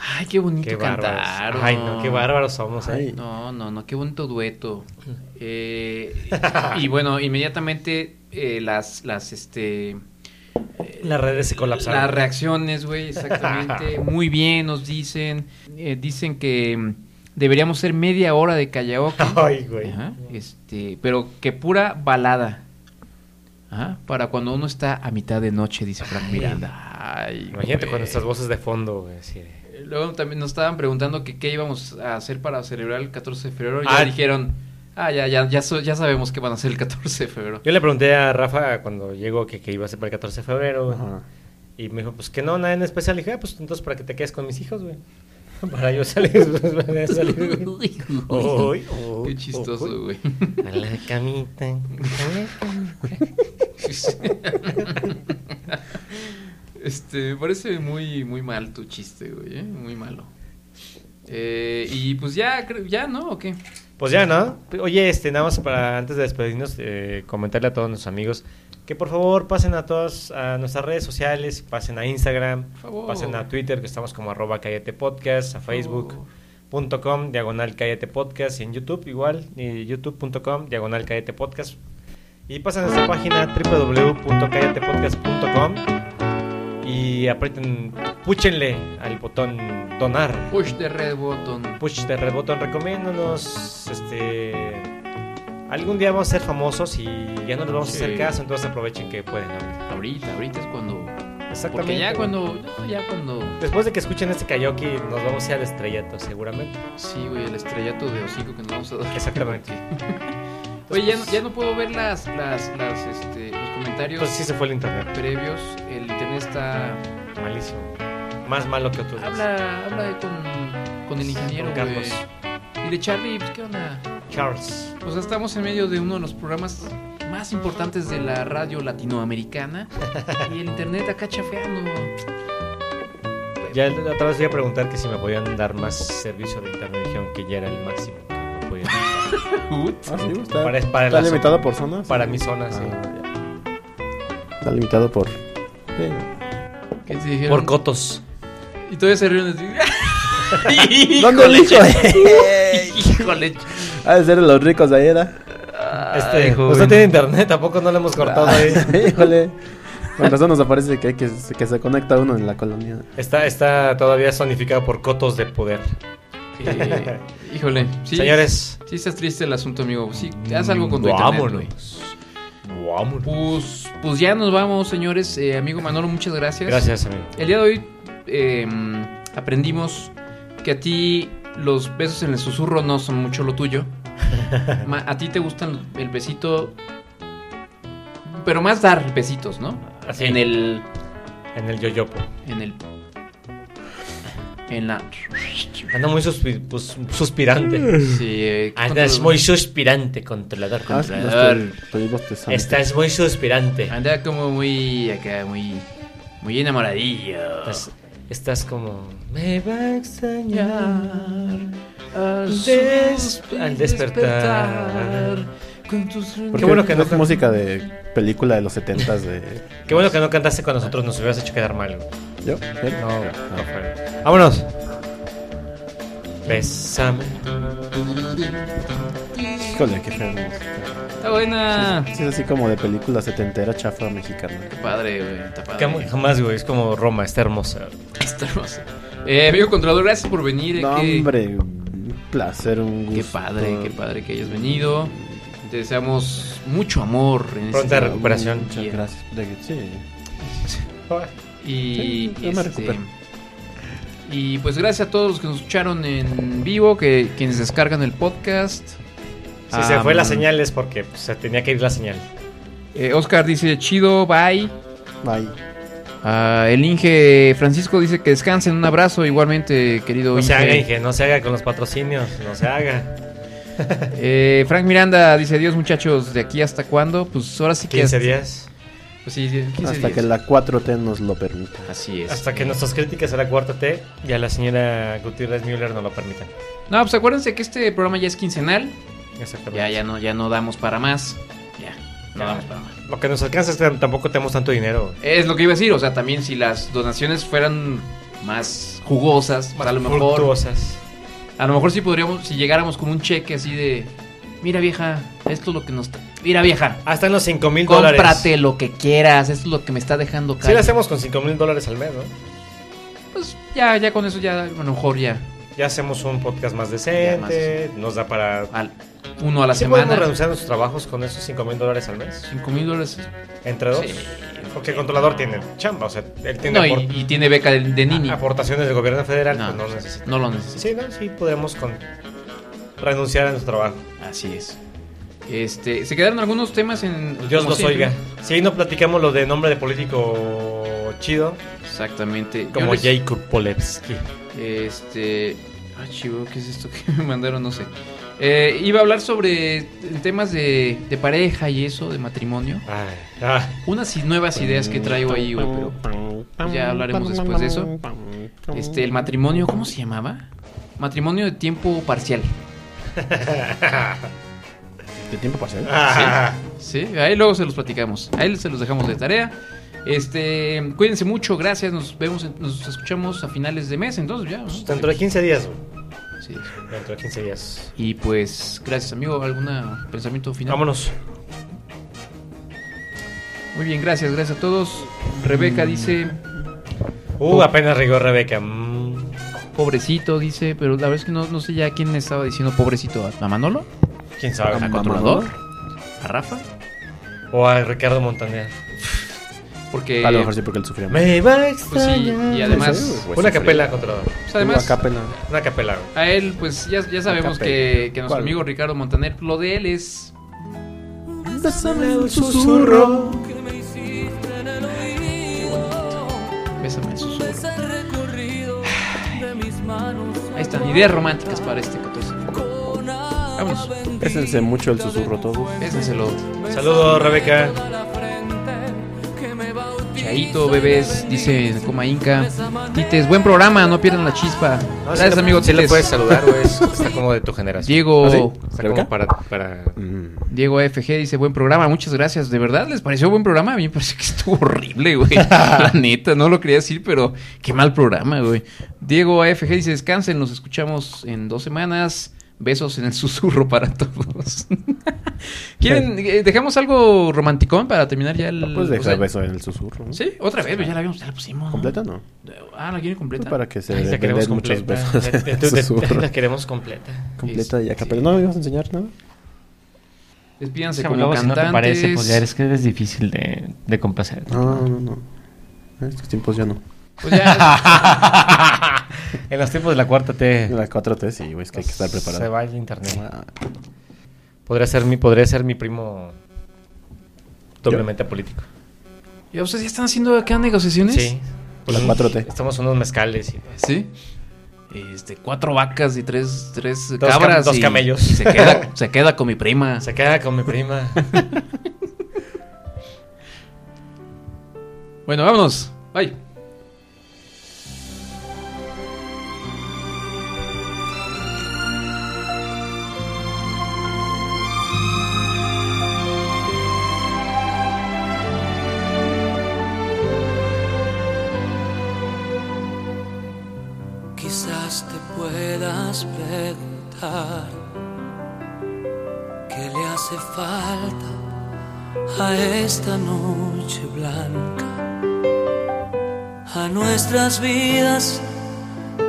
Ay, qué bonito Qué bárbaros. cantaron. Ay, no, qué bárbaros somos, ¿eh? Ay. No, no, no, qué bonito dueto. Mm. Eh, y bueno, inmediatamente eh, las, las, este... eh, Las redes se colapsaron. Las reacciones, güey, exactamente. Muy bien, nos dicen. Eh, dicen que mm, deberíamos ser media hora de karaoke. Ay, güey. Ajá, este, pero que pura balada. Ajá, para cuando uno está a mitad de noche, dice Frank Miranda. Ay, Imagínate güey. Eh, con nuestras voces de fondo, güey. así de- Luego también nos estaban preguntando que qué íbamos a hacer para celebrar el 14 de febrero. Y Ah. ya dijeron, ah, ya, ya, ya, so- ya sabemos qué van a hacer el 14 de febrero. Yo le pregunté a Rafa cuando llegó que, que iba a ser para el 14 de febrero, güey. Y me dijo, pues que no, nada en especial. Le dije, ah, pues entonces para que te quedes con mis hijos, güey. Para yo salir. para salir güey. Ay, ay, Qué chistoso, ay. güey. A la camita. a la camita. Este, me parece muy, muy mal tu chiste, güey, ¿eh? muy malo. Eh, y pues ya, creo- ya, ¿no? ¿O qué? Pues ya, ¿no? Oye, este, nada más para antes de despedirnos, eh, comentarle a todos nuestros amigos que por favor pasen a todas a nuestras redes sociales, pasen a Instagram, favor. pasen a Twitter, que estamos como arroba cállate podcast, a Oh, facebook.com, diagonal cállate podcast, y en YouTube igual, y youtube.com, diagonal cállate podcast. Y pasen a nuestra página www.callatepodcast.com y aprieten, púchenle al botón donar. Push the red button. Push de Red Button, recomiéndanos. Este. Algún día vamos a ser famosos y ya no les vamos Sí. a hacer caso, entonces aprovechen que pueden. Ahorita, ahorita es cuando. Exactamente. Porque ya cuando, no, ya cuando. Después de que escuchen este karaoke, nos vamos a ir al estrellato, seguramente. Sí, güey, el estrellato de hocico que nos vamos a dar. Exactamente. Oye, ya, no- ya no puedo ver las, las, las, este, los comentarios Pues sí se fue el internet. previos. El internet está. Malísimo. Más malo que otros. Habla, habla de con, con el ingeniero, Con Carlos. güey. Y de Charlie, pues, ¿qué onda? Charles. Pues estamos en medio de uno de los programas más importantes de la radio latinoamericana. y el internet acá chafeando. Ya la otra vez voy a preguntar que si me podían dar más servicio de internet. Dijeron que ya era el máximo. que no podían dar. Ah, sí, está- para, para la está zo- limitado por zonas. Para mi zona, sí. Ah, Está limitado por. ¿Qué te dijeron? Por cotos. Y todavía se rieron así. ¿Dónde Híjole, elijo? Híjole. Ha de ser de los ricos de ayer. ¿ah? Este, joven. usted tiene internet, tampoco no le hemos cortado Ah. ahí. Híjole. Con razón nos aparece que, hay que, que se conecta uno en la colonia. Está, está todavía sonificado por cotos de poder. Eh, híjole, sí. Señores. Sí, está triste el asunto, amigo. Sí, haz algo con tu internet. Vámonos. güey. Pues, pues ya nos vamos, señores. Eh, amigo Manolo, muchas gracias. Gracias, amigo. El día de hoy eh, aprendimos que a ti los besos en el susurro no son mucho lo tuyo. Ma- a ti te gustan el besito. Pero más dar besitos, ¿no? En el. En el yoyopo. En el. En la. Anda muy suspi- pues, suspirante. Sí, eh, Andas muy suspirante, controlador, Ah, sí, controlador. estoy- estoy bostezando. Estás muy suspirante. Anda como muy acá, muy. Muy enamoradillo. Estás, estás como. Me va a extrañar al, des- al despertar. despertar. Con tus Porque bueno que no- es música de película de los 70 de. Qué bueno que no cantaste con nosotros, nos hubieras hecho quedar mal. ¿Yo? No, güey, no fue. Vámonos. Bésame. Híjole, qué feo. Está buena. Sí, es así como de película setentera chafa mexicana. Padre, güey. Está padre. Cam- Jamás, güey, es como Roma, está hermosa. Está hermoso. Eh, amigo controlador, gracias por venir. eh, No, qué- hombre, un placer, un gusto. Qué padre, qué padre que hayas venido. Te deseamos mucho amor en Pronta este- recuperación. Muchas gracias. sí. Y, Sí, yo me este, recupero. y pues gracias a todos los que nos escucharon en vivo, que quienes descargan el podcast. Si se fue la Am, señal es porque pues, se tenía que ir la señal. eh, Oscar dice chido, bye. Ah, Bye. el Inge Francisco dice que descansen, un abrazo igualmente, querido No se Inge. haga, Inge, no se haga con los patrocinios, no se haga. Eh, Frank Miranda dice adiós muchachos, ¿de aquí hasta cuándo? Pues ahora sí que... 15 hasta- días. Pues sí, 15 Hasta días. que la 4T nos lo permita. Así es. Hasta que nuestras críticas a la cuarta T y a la señora Gutiérrez Müller no lo permitan. No, pues acuérdense que este programa ya es quincenal. Exactamente. Ya, ya no, ya no damos para más. Ya, no damos para más. Lo que nos alcanza es que tampoco tenemos tanto dinero. Es lo que iba a decir, o sea, también si las donaciones fueran más jugosas, pues, Más a lo mejor. fructuosas. A lo mejor sí podríamos, si llegáramos con un cheque así de. Mira vieja, esto es lo que nos. Mira vieja. Hasta en Ah, los 5 mil dólares. Cómprate lo que quieras, esto es lo que me está dejando Sí, lo caer. hacemos con 5 mil dólares al mes, ¿no? Pues, ya, ya con eso ya, a lo mejor ya. Ya hacemos un podcast más Ya, más decente, decente. nos da para... uno a la ¿Sí semana. podemos renunciar a nuestros trabajos con esos 5 mil dólares al mes? 5 mil dólares. ¿Entre dos? Porque el controlador tiene chamba, o sea, él tiene... No, y, apor- y tiene beca de, de Nini. Aportaciones del gobierno federal, No, pues no necesita. no lo necesita. Sí, no, sí podemos con... renunciar a nuestro trabajo. Así es. Este, se quedaron algunos temas en. Pues Dios como los siempre. oiga. Si ahí no platicamos lo de nombre de político chido. Exactamente. Como Yo les- Jacob Polevsky. Este. Ah, chivo, ¿qué es esto que me mandaron? No sé. Eh, iba a hablar sobre temas de, de pareja y eso, de matrimonio. ah, Unas y nuevas ideas que traigo ahí, güey, pero pues ya hablaremos después de eso. Este, el matrimonio, ¿cómo se llamaba? Matrimonio de tiempo parcial. ¿De tiempo parcial? Ah, Sí, sí, ahí luego se los platicamos. Ahí se los dejamos de tarea. Este, cuídense mucho, gracias. Nos vemos, en- nos escuchamos a finales de mes, entonces ya. ¿no? Pues, Dentro de 15 días, güey. Sí. Dentro de 15 días. Y pues, gracias, amigo. ¿Algún pensamiento final? Vámonos. Muy bien, gracias, gracias a todos. Rebeca Mm. dice, Uh, apenas rigó Rebeca. Mm. pobrecito, dice, pero la verdad es que no, no sé ya quién le estaba diciendo pobrecito. ¿A- ¿A Manolo? ¿Quién sabe? ¿A Controlador? ¿A Rafa? O a Ricardo Montaner. Porque. A lo mejor sí, porque él sufría Me va a Pues sí, y además. Una capela, controlador. Pues además- Una capela. Una capela, güey. A él, pues ya, ya sabemos que, que nuestro ¿Cuál? amigo Ricardo Montaner, lo de él es. Bésame el susurro que me hiciste en el oído. Bésame el susurro. Besa el recorrido de mis manos. Ahí están, ideas románticas para este 14. Vámonos. Pésense mucho el susurro todos. Pésenselo. Saludos, Rebeca. Chaito, bebés, dice Coma Inca. Tites, buen programa, no pierdan la chispa. No, Gracias, sí le- amigo sí le Tites. puedes saludar, güey. es- Está como de tu generación. Diego. ¿Ah, sí? Está ¿Rebeca? como para. para... Diego FG dice, buen programa, muchas gracias. ¿De verdad les pareció buen programa? A mí me parece que estuvo horrible, güey. La neta, no lo quería decir, pero qué mal programa, güey. Diego FG dice, descansen, nos escuchamos en dos semanas. Besos en el susurro para todos. ¿Quién ¿Quieren, eh, dejamos algo romanticón para terminar ya el. Pues o deja sea, el beso en el susurro. ¿no? Sí, otra vez, pues ya la habíamos, ya la pusimos. ¿Completa no? Ah, la quieren completa. Pues para que se Ay, la den queremos muchos completa. Ah, besos. La- en la- la- susurro. la queremos completa. Completa y acá. Pero no me ibas a enseñar nada. Despídanse Déjame como luego, si no cantantes. te parece, pues ya es que es difícil de, de complacer. No, no, no. Ah. En estos tiempos ya no. Pues ya. en los tiempos de la cuarta T. De la 4T, sí, güey, es que hay que estar preparado. Ah. Se va el internet. Podría ser mi, podría ser mi primo doblemente político. ¿Ya ustedes ya están haciendo acá negociaciones? Sí. Por la 4T. Estamos unos mezcales. Y, Pues ¿Sí? Este, cuatro vacas y tres, tres Dos cam- cabras. dos y- camellos. y se, queda, se queda con mi prima. Se queda con mi prima. bueno, vámonos. Bye. Quizás te puedas preguntar qué le hace falta a esta noche blanca, a nuestras vidas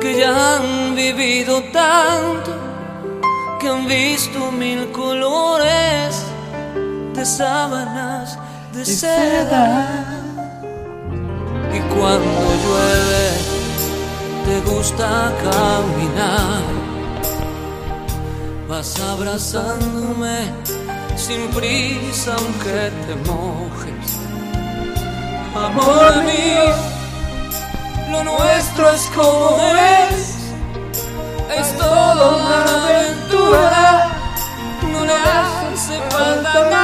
que ya han vivido tanto, que han visto mil colores de sábanas de seda. Y cuando llueve te gusta caminar. Vas abrazándome sin prisa aunque te mojes. Amor mío, lo nuestro es como es. Es toda una aventura, no le hace falta más.